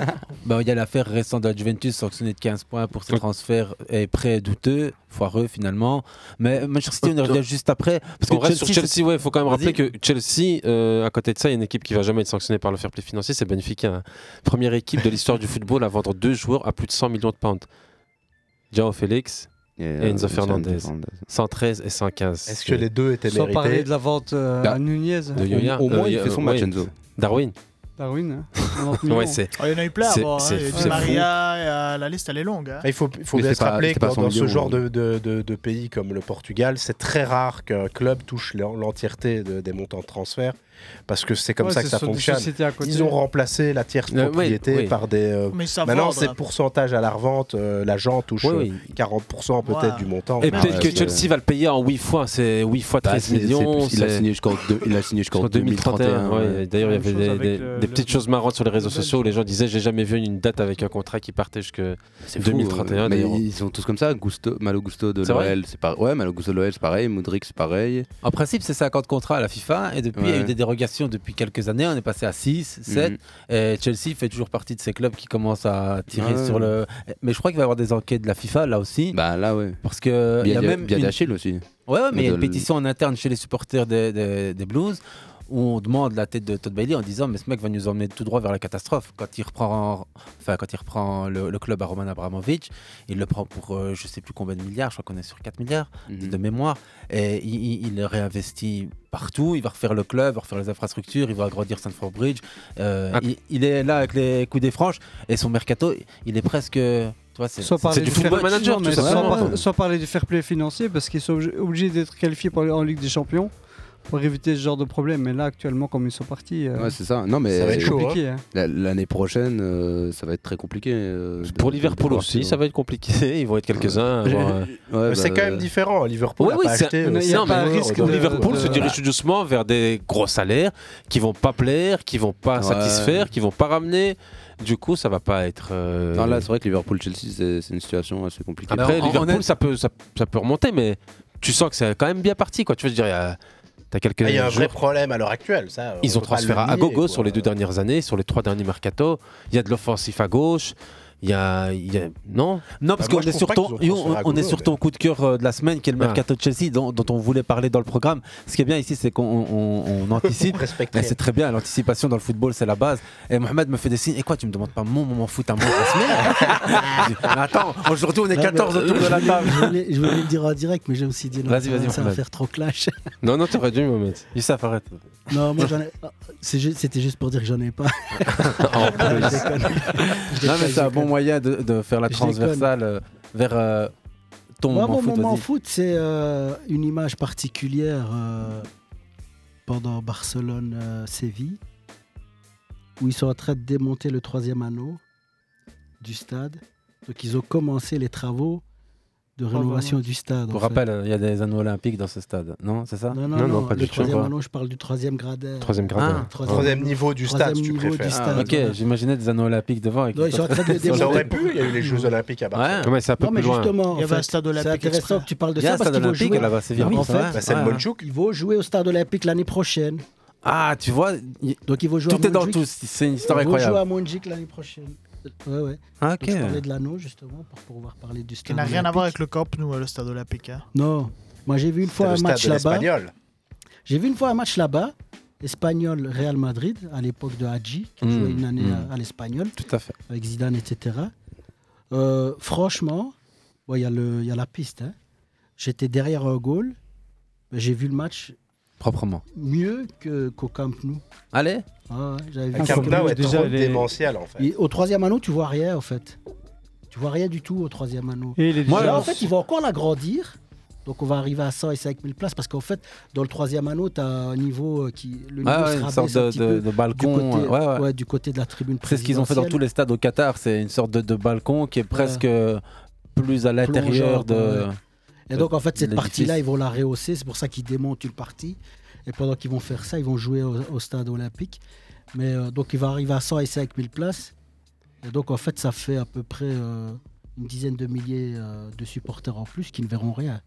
G: bah, Il y a l'affaire récente de la Juventus sanctionnée de 15 points pour ses transferts et prêts douteux, foireux finalement. Mais Manchester City, on y revient juste après. Parce
I: on
G: que
I: reste sur
G: Chelsea,
I: Chelsea, ouais, faut quand même rappeler
G: Vas-y.
I: que Chelsea, euh, à côté de ça, il y a une équipe qui va jamais être sanctionnée par le fair play financier, c'est Benfica. hein. Première équipe de l'histoire du football à vendre deux joueurs à plus de 100 millions de pounds. Jao Félix et,
B: euh,
I: Enzo
B: Enzo
I: Fernandez.
B: Fernandez.
I: 113 et 115.
J: Est-ce que les deux étaient
M: Sans parler de la vente euh,
I: Da-
M: à Nunez.
I: de Yoya,
B: Au- au moins,
I: euh,
B: il fait son
I: ouais.
B: match, Enzo.
I: Darwin.
M: Darwin. hein, 90 millions.
I: ouais, c'est.
H: Oh, il y en a eu plein
I: c'est-
H: avant. hein.
I: c'est-
H: Il y a eu
I: c'est
H: Di
I: fou.
H: Maria, euh, la liste elle est longue. hein.
J: Bah, Il faut, il faut
B: Mais
J: bien
B: c'est
J: se
B: pas-
J: rappeler
B: c'était
J: que
B: pas
J: dans,
B: cent
J: dans ce
B: millions,
J: genre
B: hein.
J: de, de- de- de pays comme le Portugal, c'est très rare qu'un club touche l'en- l'entièreté de- des montants de transfert parce que c'est comme
M: Ouais,
J: ça que
M: ce
J: ça
M: sont des
J: fonctionne.
M: sociétés à côté.
J: Ils ont remplacé la tierce
M: Euh, oui,
J: propriété
M: oui.
J: par des. euh,
M: Mais ça
J: maintenant,
M: vendre,
J: c'est
M: hein.
J: pourcentage à la revente. euh, L'agent touche
I: Oui,
J: euh,
I: oui.
J: 40% peut-être
I: Voilà.
J: du montant.
I: Et
J: Ah
I: peut-être
J: ouais,
I: que
J: c'est-
I: Chelsea va le payer en 8 fois, c'est 8 fois
B: Bah,
I: 13
B: c'est- c'est-
I: millions.
B: Il a
I: c'est-
B: signé jusqu'en deux- il a signé jusqu'en 2031.
I: ouais.
B: ouais.
I: D'ailleurs, il y
B: Même
I: avait
B: chose
I: des,
B: avec
I: des-
B: le-
I: des
B: le-
I: petites choses marrantes sur les réseaux
B: le
I: sociaux où les gens disaient J'ai jamais vu une date avec un contrat qui partait jusque
B: C'est fou,
I: 2031.
B: euh, mais
I: d'ailleurs.
B: ils sont tous comme ça. Gusto, Malo Gusto de
I: C'est vrai
B: l'OL, c'est pareil. Ouais, Malo Gusto de l'OL, c'est pareil. Modric, c'est pareil.
G: En principe, c'est 50 contrats à la FIFA et depuis, il y a
B: Ouais.
G: eu des dérogations depuis quelques années. On est passé à 6, 7. Et Chelsea fait toujours partie de ces clubs qui commencent à tirer
B: Ouais.
G: sur le. Mais je crois qu'il va y avoir des enquêtes de la FIFA là aussi.
B: Bah là, ouais.
G: Parce que.
B: Via-
G: il y a
B: via-
G: même
B: via
G: une-
B: Dachille aussi.
G: Ouais, ouais, mais il y a
B: De
G: une
B: l-
G: pétition en interne chez les supporters des, des- des Blues où on demande la tête de Todd Bailey en disant mais ce mec va nous emmener tout droit vers la catastrophe quand il reprend enfin quand il reprend le, le club à Roman Abramovich il le prend pour euh, je sais plus combien de milliards je crois qu'on est sur 4 milliards
B: Mm.
G: de- de mémoire et il, il- il le réinvestit partout il va refaire le club il va refaire les infrastructures il va agrandir Sanford Bridge Euh, il, il est là avec les coups des franches et son mercato il est presque tu vois, c'est
M: Soit parler
G: c'est
M: du fair- non, mais
G: tout
M: soit,
G: simplement.
M: par- soit parler du fair play financier parce qu'ils sont obli- obligés d'être qualifiés pour aller en Ligue des Champions pour éviter ce genre de problème. Mais là, actuellement, comme ils sont partis, euh,
B: Ouais, c'est ça. Non, mais
M: ça va être
B: euh,
M: chaud, compliqué, hein.
B: la- L'année prochaine, euh, ça va être très compliqué. euh, de-
I: Pour
B: de-
I: Liverpool
B: de voir
I: aussi,
B: si-
I: ça va être compliqué. Ils vont être quelques-uns. à avoir, euh,
B: Ouais,
J: Mais c'est
B: bah,
J: quand même différent. Liverpool
I: Oui,
J: n'a
I: oui,
J: pas acheté.
I: c'est
J: euh,
I: non, mais
J: cinq millions de-
I: Liverpool
J: de-
I: se dirige doucement vers des gros salaires qui vont pas plaire, qui vont pas
B: Ouais.
I: satisfaire, qui vont pas ramener. Du coup, ça va pas être. euh,
B: Non, là, c'est vrai que Liverpool-Chelsea, c'est c'est une situation assez compliquée.
J: Ah bah,
I: Après, Liverpool, ça, peut, ça, ça peut remonter, mais tu sens que c'est quand même bien parti. Quoi. Tu veux dire, il y a- t'as quelques.
J: Ah, Il y a un vrai
I: joueurs-
J: problème à l'heure actuelle. Ça,
I: Ils
J: on
I: ont
J: peut pas le
I: transféré à
J: nier,
I: gogo
J: quoi.
I: sur les deux dernières années, sur les trois derniers mercato. Il y a de l'offensif à gauche. Il y a, il y a- Non
G: Non, parce
I: Bah, moi,
G: qu'on
I: je
G: est
I: trouve
G: sur
I: pas qu'ils
G: ton,
I: ont
G: Yo,
I: transféré à
G: on, on est
I: gogo,
G: sur ton coup de cœur euh, de la semaine, qui est le
I: Ah.
G: mercato de Chelsea, dont, dont on voulait parler dans le programme. Ce qui est bien ici, c'est qu'on on- on anticipe.
J: Respecter.
G: Et c'est très bien, l'anticipation dans le football, c'est la base. Et Mohamed me fait des signes. Et quoi, tu me demandes pas mon moment foot hein? à moi la semaine Je dis, Mais Attends, aujourd'hui, on est
L: Non,
G: 14
L: mais,
G: autour de la
L: je voulais-
G: table.
L: Je voulais, je voulais le dire en direct, mais j'ai aussi dit non,
G: Vas-y,
L: ça,
G: vas-y,
L: ça va
G: Mohamed.
L: faire trop clash.
I: Non, non, t'aurais dû me mettre.
G: Youssef, arrête.
L: non, moi j'en ai. ah, c'est ju- C'était juste pour dire que j'en ai pas.
I: En
L: Je
I: plus.
L: déconne. Je
G: Non,
L: déconne,
G: mais
L: je
G: c'est un
L: déconne.
G: bon moyen de, de faire la
L: Je
G: transversale euh, vers euh, ton
L: Moi,
G: moment
L: mon
G: foot.
L: moment
G: vas-y.
L: foot, c'est euh, une image particulière euh, pendant Barcelone-Séville, où ils sont en train de démonter le troisième anneau du stade. Donc, ils ont commencé les travaux de
G: Pendant-
L: rénovation du stade.
G: Pour
L: en fait.
G: rappel, hein, il y a des anneaux olympiques dans ce stade, non C'est ça
L: Non, non, non, le troisième anneau, je parle du troisième gradaire.
G: Troisième gradaire. Ah.
J: Troisième niveau du stade,
L: troisième
J: si tu
L: niveau du
J: préfères.
L: stade.
G: Ah, ok, j'imaginais des anneaux olympiques devant. avec
L: Non,
G: des
L: ils sont en train de
G: tortues.
L: démonter.
J: Ça aurait pu, il y a eu les Jeux Olympiques à Barcelone.
G: Ouais. Ouais, c'est un peu
L: non, mais
G: plus loin.
L: justement,
G: Il y
L: en
G: avait un
L: fait,
G: stade olympique
L: C'est intéressant
G: exprès.
L: que tu parles de
G: Il y a
L: ça
G: un
L: parce
G: stade
L: qu'ils vont
G: olympique
L: jouer.
G: là-bas, c'est
I: Ah
L: en
G: vrai,
L: fait,
G: c'est vrai. Bah, c'est le Ouais. Montjuic.
L: Ils vont jouer au stade olympique l'année prochaine.
G: Ah, tu vois,
L: donc il faut jouer à
G: Tout est dans
L: Montjuic.
G: tout, c'est une histoire
L: ils vont jouer
G: incroyable.
L: à Montjuic l'année prochaine. Euh, Ouais, ouais.
G: Ah,
L: Donc,
G: ok.
L: je parlais de l'anneau justement pour pouvoir parler du
H: Qui
L: stade.
H: n'a rien à
L: olympique.
H: voir avec le Camp Nou, le stade olympique. hein.
L: Non, moi j'ai vu une fois
H: le
L: un
H: stade
L: match
H: de
L: là-bas.
H: l'Espagnol.
L: J'ai vu une fois un match là-bas, Espagnol Real Madrid à l'époque de Hadji, qui
G: Mm,
L: jouait une année
G: mm.
L: à, à l'Espagnol.
G: Tout à fait.
L: Avec Zidane, etc. Euh, franchement, bon, il y a le- il y a la piste. hein. J'étais derrière un goal, mais j'ai vu le match
G: Proprement.
L: mieux que qu'au Camp Nou.
G: Allez.
L: Ah ouais, j'avais
J: Le
L: vu
J: Camp
L: ça.
J: Nou est Déjà, trop les- démentiel, en fait.
L: Et au troisième anneau, tu vois rien en fait. Tu vois rien du tout au troisième anneau.
M: Et il est
L: Moi,
M: déjà
L: là, en
M: en-
L: fait, ils vont encore l'agrandir. Donc on va arriver à 105 000 places parce qu'en fait, dans le troisième anneau, tu as un niveau euh, qui. Le niveau
G: Ah
L: se
G: ouais, une
L: rabaisse
G: sorte
L: un
G: de-
L: petit
G: de-
L: peu
G: de balcon,
L: Du côté,
G: ouais, ouais.
L: ouais, du côté de la tribune
G: C'est ce qu'ils ont fait dans tous les stades au Qatar, c'est une sorte de, de balcon qui est presque euh, plus à l'intérieur
L: Plongeante,
G: de.
L: ouais. Et donc en fait cette
G: de l'édifice.
L: partie-là, ils vont la rehausser, c'est pour ça qu'ils démontent une partie. Et pendant qu'ils vont faire ça, ils vont jouer au, au stade olympique. Mais euh, donc il va arriver à 105 000 places. Et donc, en fait, ça fait à peu près euh, une dizaine de milliers euh, de supporters en plus qui ne verront rien.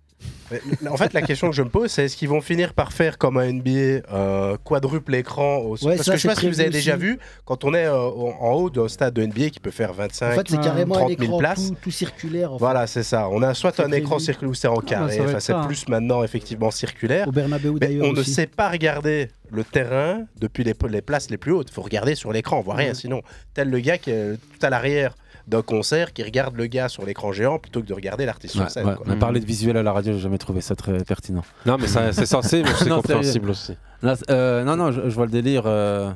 J: Mais, mais, en fait, la question que je me pose, c'est est-ce qu'ils vont finir par faire comme un NBA euh, quadruple écran au...
L: Ouais,
J: Parce
L: ça,
J: que je sais
L: c'est
J: pas si vous avez
L: prévu
J: déjà
L: aussi.
J: vu, quand on est euh, en en haut d'un stade de NBA qui peut faire 25
H: euh.
L: En fait, c'est carrément un
J: 30 000
L: écran
J: places.
L: tout, tout circulaire. en fait.
J: Voilà, c'est ça. On a soit
L: C'est
J: un écran
L: prévu.
J: circulaire ou c'est en
L: Ah, ça
J: carré.
L: va
J: Enfin,
L: être
J: c'est
L: ça, hein.
J: plus maintenant effectivement circulaire.
L: Au Bernabeu
J: Mais
L: d'ailleurs.
J: on ne
L: aussi.
J: sait pas regarder le terrain depuis les, les places les plus hautes. Il faut regarder sur l'écran, on voit rien.
L: Ouais.
J: Sinon, tel le gars qui est euh, tout à l'arrière d'un concert qui regarde le gars sur l'écran géant plutôt que de regarder l'artiste
G: Ouais,
J: sur scène.
G: ouais,
J: quoi. Mmh.
G: On a parlé de visuel à la radio, j'ai jamais trouvé ça très pertinent.
I: Non, mais ça- c'est censé, mais c'est
G: Non,
I: compréhensible
G: sérieux.
I: aussi.
G: Non, c'est- euh, non, non, je, je vois le délire. euh,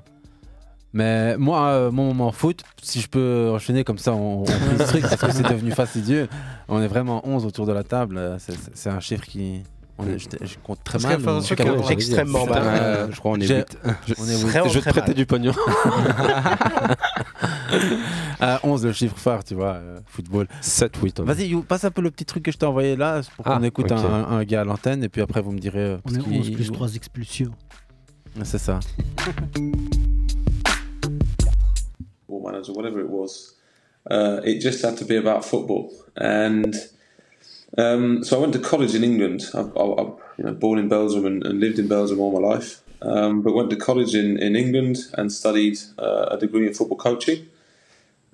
G: Mais moi, euh, mon moment foot, si je peux enchaîner comme ça, on, on prise ce truc parce que c'est devenu fastidieux. On est vraiment 11 autour de la table. euh, c'est- C'est c'est un chiffre qui. On est, je, je compte très
I: Parce
G: mal.
I: qu'il faut
G: ou-
I: faire attention qu'on est extrêmement mal.
G: Euh,
I: Je crois on est
G: j'ai-
I: huit. Je-
G: on est huit.
I: Vraiment Je vais te très prêter mal. du pognon.
G: Euh, 11, le chiffre phare, tu vois, euh, football.
I: 7, 8.
G: Vas-y, You, passe un peu le petit truc que je t'ai envoyé là pour qu'on
I: Ah,
G: écoute
I: ok.
G: un, un- un gars à l'antenne et puis après vous me direz. euh,
L: On
G: parce
L: est
G: qu'il-
L: 11 plus 3 expulsions.
G: C'est ça.
N: football manager, whatever it was. Uh, it just had to be about football. And um, so I went to college in England. I, I, I you know, born in Belgium and, and lived in Belgium all my life. Um, but went to college in, in England and studied uh, a degree in football coaching.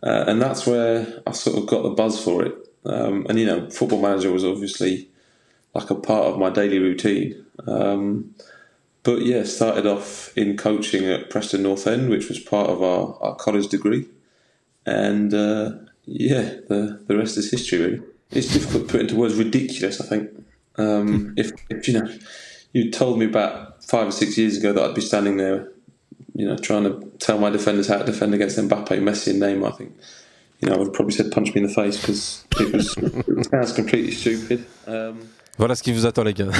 N: Uh, and that's where I sort of got the buzz for it. Um, and, you know, football manager was obviously like a part of my daily routine. Um, but yeah, started off in coaching at Preston North End, which was part of our, our college degree. And uh, yeah, the, the rest is history, really. It's difficult to put into words, ridiculous, I think.
G: Hmm.
N: Um, if, if, you know, you told me about five or six years ago that I'd be standing there, you know, trying to tell my defenders how to defend against Mbappe, Messi, and Neymar, I think, you know, I would have probably said punch me in the face because it, was, it sounds completely stupid. Um,
I: Voilà ce qui vous attend, les gars.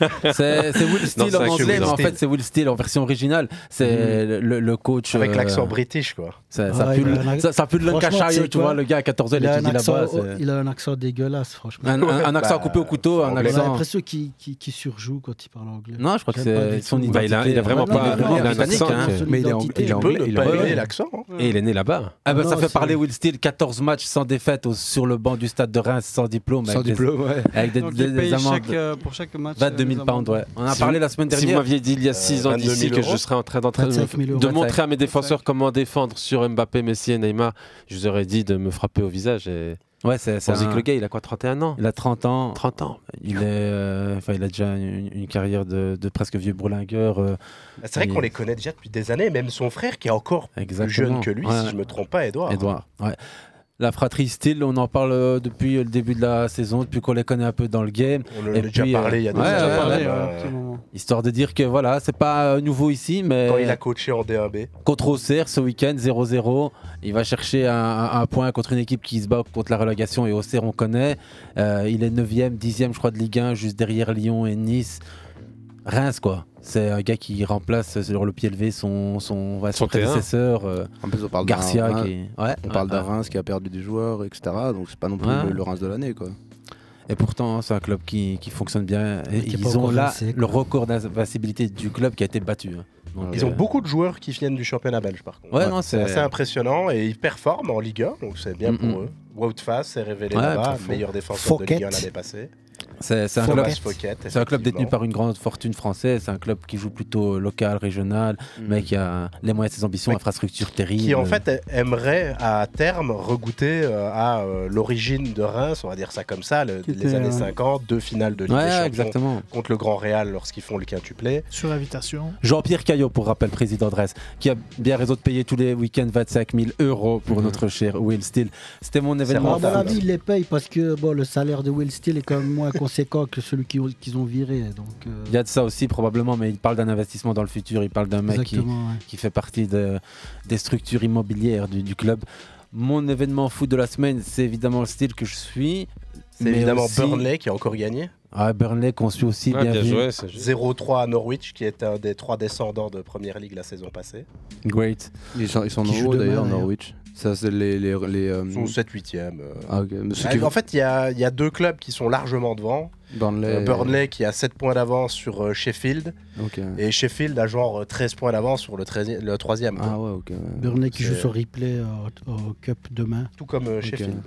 G: C'est c'est Will
I: Non,
G: Steele
I: c'est
G: en
I: vrai que je suis
G: anglais, mais
I: Will
G: en
I: Steele.
G: fait, c'est Will Steele en version originale. C'est
J: Mhm.
G: le, le coach.
J: Avec
G: euh,
J: l'accent british, quoi.
G: Ça, ça
L: Ouais,
G: pue
L: il
G: le,
L: a un ac-
G: ça, ça pue le
L: Franchement,
G: Lancashire,
L: tu sais
G: tu
L: quoi
G: vois, le gars à 14 ans, il
L: a un
G: étudie
L: accent-
G: là-bas.
L: oh,
G: c'est-
L: Il a un accent dégueulasse, franchement.
G: Un- un- un accent Bah, coupé au couteau, un anglais.
L: On a
G: accent-
L: l'impression qu'il qu'il- qu'il surjoue quand il parle anglais.
G: Non, je crois que
L: J'aime pas
G: c'est
L: du
G: son
L: tout.
G: identité. hein.
L: mais il est anglais.
G: Et il est né là-bas. Ah ben,
L: Non,
G: ça fait
L: c'est-
G: parler Will Steele, 14 matchs sans défaite au- sur le banc du stade de Reims, sans diplôme.
M: Sans
G: avec des-
M: diplôme, ouais.
G: Avec des,
M: Donc, il
G: des- des
M: paye chaque,
G: amendes.
M: euh, pour chaque match,
G: 22
M: euh,
G: 000
M: des
G: pounds, ouais.
M: amendes.
G: On en a
I: Si
G: parlé
I: vous-
G: la semaine
I: Si
G: dernière.
I: vous m'aviez dit il y a 6 ans
G: 22 000
I: d'ici que je
G: euros.
I: serais en train d'entra-
G: 25 000 euros.
I: de montrer à mes
G: 25 000.
I: défenseurs comment défendre sur Mbappé, Messi et Neymar, je vous aurais dit de me frapper au visage. Et...
G: Ouais, c'est
I: On se dit que le gars, il a quoi
G: 31 ans Il a 30 ans. 30 ans. Il, est, euh, enfin, il a déjà une, une carrière de, de presque vieux bourlingueur. euh,
J: Bah, C'est vrai
G: et-
J: qu'on les connaît déjà depuis des années, même son frère qui est encore
G: Exactement.
J: plus jeune que lui,
G: Ouais.
J: si je me trompe pas, hein. Edouard.
G: Edouard, ouais. La fratrie Steele, on en parle euh, depuis le début de la saison, depuis qu'on les connaît un peu dans le game.
J: On en a
G: Et
J: déjà
G: puis,
J: parlé il y a
G: ouais,
J: deux
G: ouais,
J: ans.
G: ouais,
J: Parlé,
G: ouais.
J: euh, un petit moment.
G: Histoire de dire que voilà, c'est pas euh, nouveau ici, mais.
J: Quand il a coaché en D1B.
G: Contre Auxerre ce week-end, 0-0. Il va chercher un, un- un point contre une équipe qui se bat contre la relégation et Auxerre, on connaît. Euh, il est 9e, 10e, je crois, de Ligue 1, juste derrière Lyon et Nice. Reims, quoi. C'est un gars qui remplace euh, sur le pied levé son, son, ouais, son
B: terrain.
G: prédécesseur. euh,
B: En plus, on parle d'un
G: Garcia.
B: Reims-
G: qui... ouais,
B: on parle
G: ouais,
B: d'un
G: ouais.
B: Reims qui a perdu des joueurs, etc. Donc c'est pas non plus
G: Ouais.
B: le, le Reims de l'année, quoi.
G: Et pourtant, hein, c'est un club qui, qui fonctionne bien. Et
B: Mais qui est pas
G: ils ont
B: encore
G: là
B: rincé, quoi.
G: le record d'invincibilité du club qui a été battu. hein. Donc,
J: Ils ont
G: euh,
J: beaucoup de joueurs qui viennent du championnat belge, par contre.
G: Ouais, non, c'est-
J: c'est assez impressionnant et ils performent en Ligue 1, donc c'est bien
G: Mm,
J: pour
G: mm.
J: eux. Wout Fass s'est révélé
G: Ouais,
J: là-bas,
G: parfait.
J: meilleur défenseur de Ligue 1
G: Fouquet.
J: l'année passée.
G: C'est c'est un,
J: Thomas
G: club,
J: Fouquet,
G: c'est un club détenu
J: effectivement.
G: par une grande fortune française. C'est un club qui joue plutôt euh, local, régional, mais qui a les moyens de ses ambitions,
J: Mais
G: infrastructures terribles.
J: Hmm. qui en fait aimerait à terme regoûter euh, à euh, l'origine de Reims, on va dire ça comme ça, le-
G: Qui était,
J: les années
G: euh,
J: 50, deux finales de Ligue
G: Ouais,
J: des Champions
G: exactement.
J: contre le Grand Real lorsqu'ils font le quintuplé.
H: Sur invitation.
G: Jean-Pierre Caillot, pour rappel, président de Reims, qui a bien raison de payer tous les week-ends 25 000 euros pour
I: Mhm.
G: notre cher Will Steele. C'était mon événement.
L: À mon avis, ils Ah, les payent parce que bon, le salaire de Will Steele est quand même moins conséquent que celui qu'ils ont, qu'ils ont viré. Donc, euh,
G: Il y a de ça aussi probablement, mais il parle d'un investissement dans le futur, il parle d'un mec qui,
L: Exactement, ouais.
G: qui fait partie de- des structures immobilières du, du club. Mon événement foot de la semaine, c'est évidemment le style que je suis.
J: C'est
G: mais
J: évidemment
G: aussi-
J: Burnley qui a encore gagné.
G: Ah, Burnley qu'on suit aussi, bien, vu.
J: 0-3 à Norwich, qui est un des trois descendants de Première Ligue la saison passée.
G: Great.
B: Ils sont, ils sont
J: Qui
B: en
J: joue
B: haut
J: demain,
B: d'ailleurs,
J: d'ailleurs.
B: Norwich. Ça, c'est les. les, les, euh,
G: Mm.
J: Ils sont 7-8e. euh.
B: Ah, ok. Mais ceux
J: Ah,
B: qui-
J: En fait, il y, a- il y a deux clubs qui sont largement devant.
B: Burnley.
J: Euh, Burnley qui a 7 points d'avance sur euh, Sheffield.
B: Ok.
J: Et Sheffield a genre euh, 13 points d'avance sur le, 13e, le 3e.
B: Ah ouais, ok.
L: Burnley qui joue
J: C'est
L: son replay euh, au, au Cup demain.
J: Tout comme euh,
L: Ok.
J: Sheffield.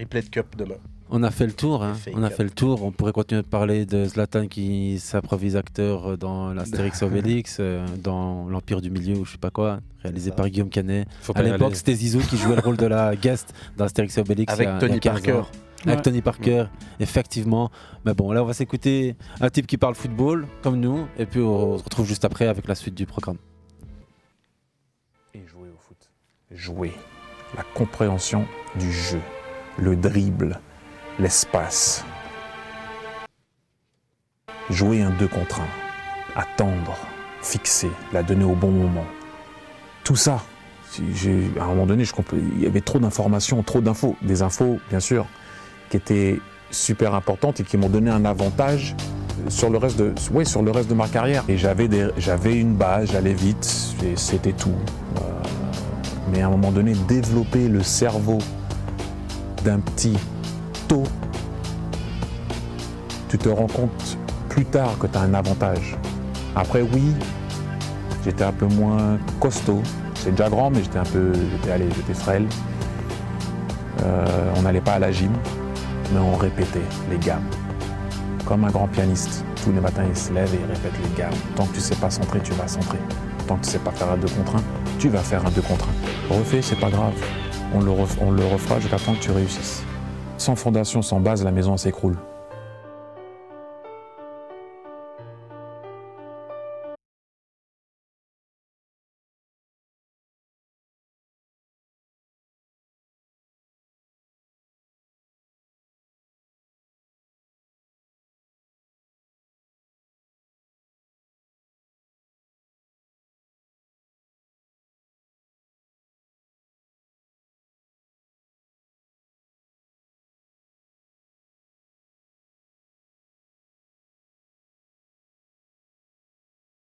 J: Replay de Cup demain.
G: On a fait le tour, hein.
J: fake
G: on a
J: up.
G: fait le tour. On pourrait continuer de parler de Zlatan qui s'improvise acteur dans l'Astérix Obélix, euh, dans l'Empire du Milieu ou je sais pas quoi, réalisé par Guillaume Canet.
I: Faut
G: à
I: pas y
G: l'époque,
I: aller.
G: c'était Zizou qui jouait le rôle de la guest dans Astérix Obélix.
I: Avec
G: il y a- il y a
I: Tony
G: 15
I: Parker.
G: ans. Avec
I: Ouais.
G: Tony Parker, effectivement. Mais bon, là, on va s'écouter un type qui parle football, comme nous, et puis on se retrouve juste après avec la suite du programme.
O: et jouer au foot. Jouer. La compréhension du jeu, le dribble, l'espace. Jouer un 2 contre 1. Attendre, fixer, la donner au bon moment. Tout ça, si j'ai- à un moment donné, je compl- il y avait trop d'informations, trop d'infos. Des infos, bien sûr, qui étaient super importantes et qui m'ont donné un avantage euh, sur le reste de, ouais, sur le reste de ma carrière. Et j'avais des- j'avais une base, j'allais vite, et c'était tout. Euh, mais à un moment donné, développer le cerveau d'un petit tôt, tu te rends compte plus tard que tu as un avantage. Après, oui, j'étais un peu moins costaud. C'est déjà grand, mais j'étais un peu, j'étais allé, j'étais frêle. Euh, on n'allait pas à la gym, mais on répétait les gammes. Comme un grand pianiste, tous les matins il se lève et il répète les gammes. Tant que tu sais pas centrer, tu vas centrer. Tant que tu sais pas faire un 2 contre 1, tu vas faire un 2 contre 1. Refais, c'est pas grave. On le, ref- on le refera jusqu'à temps que tu réussisses. Sans fondation, sans base, la maison elle s'écroule.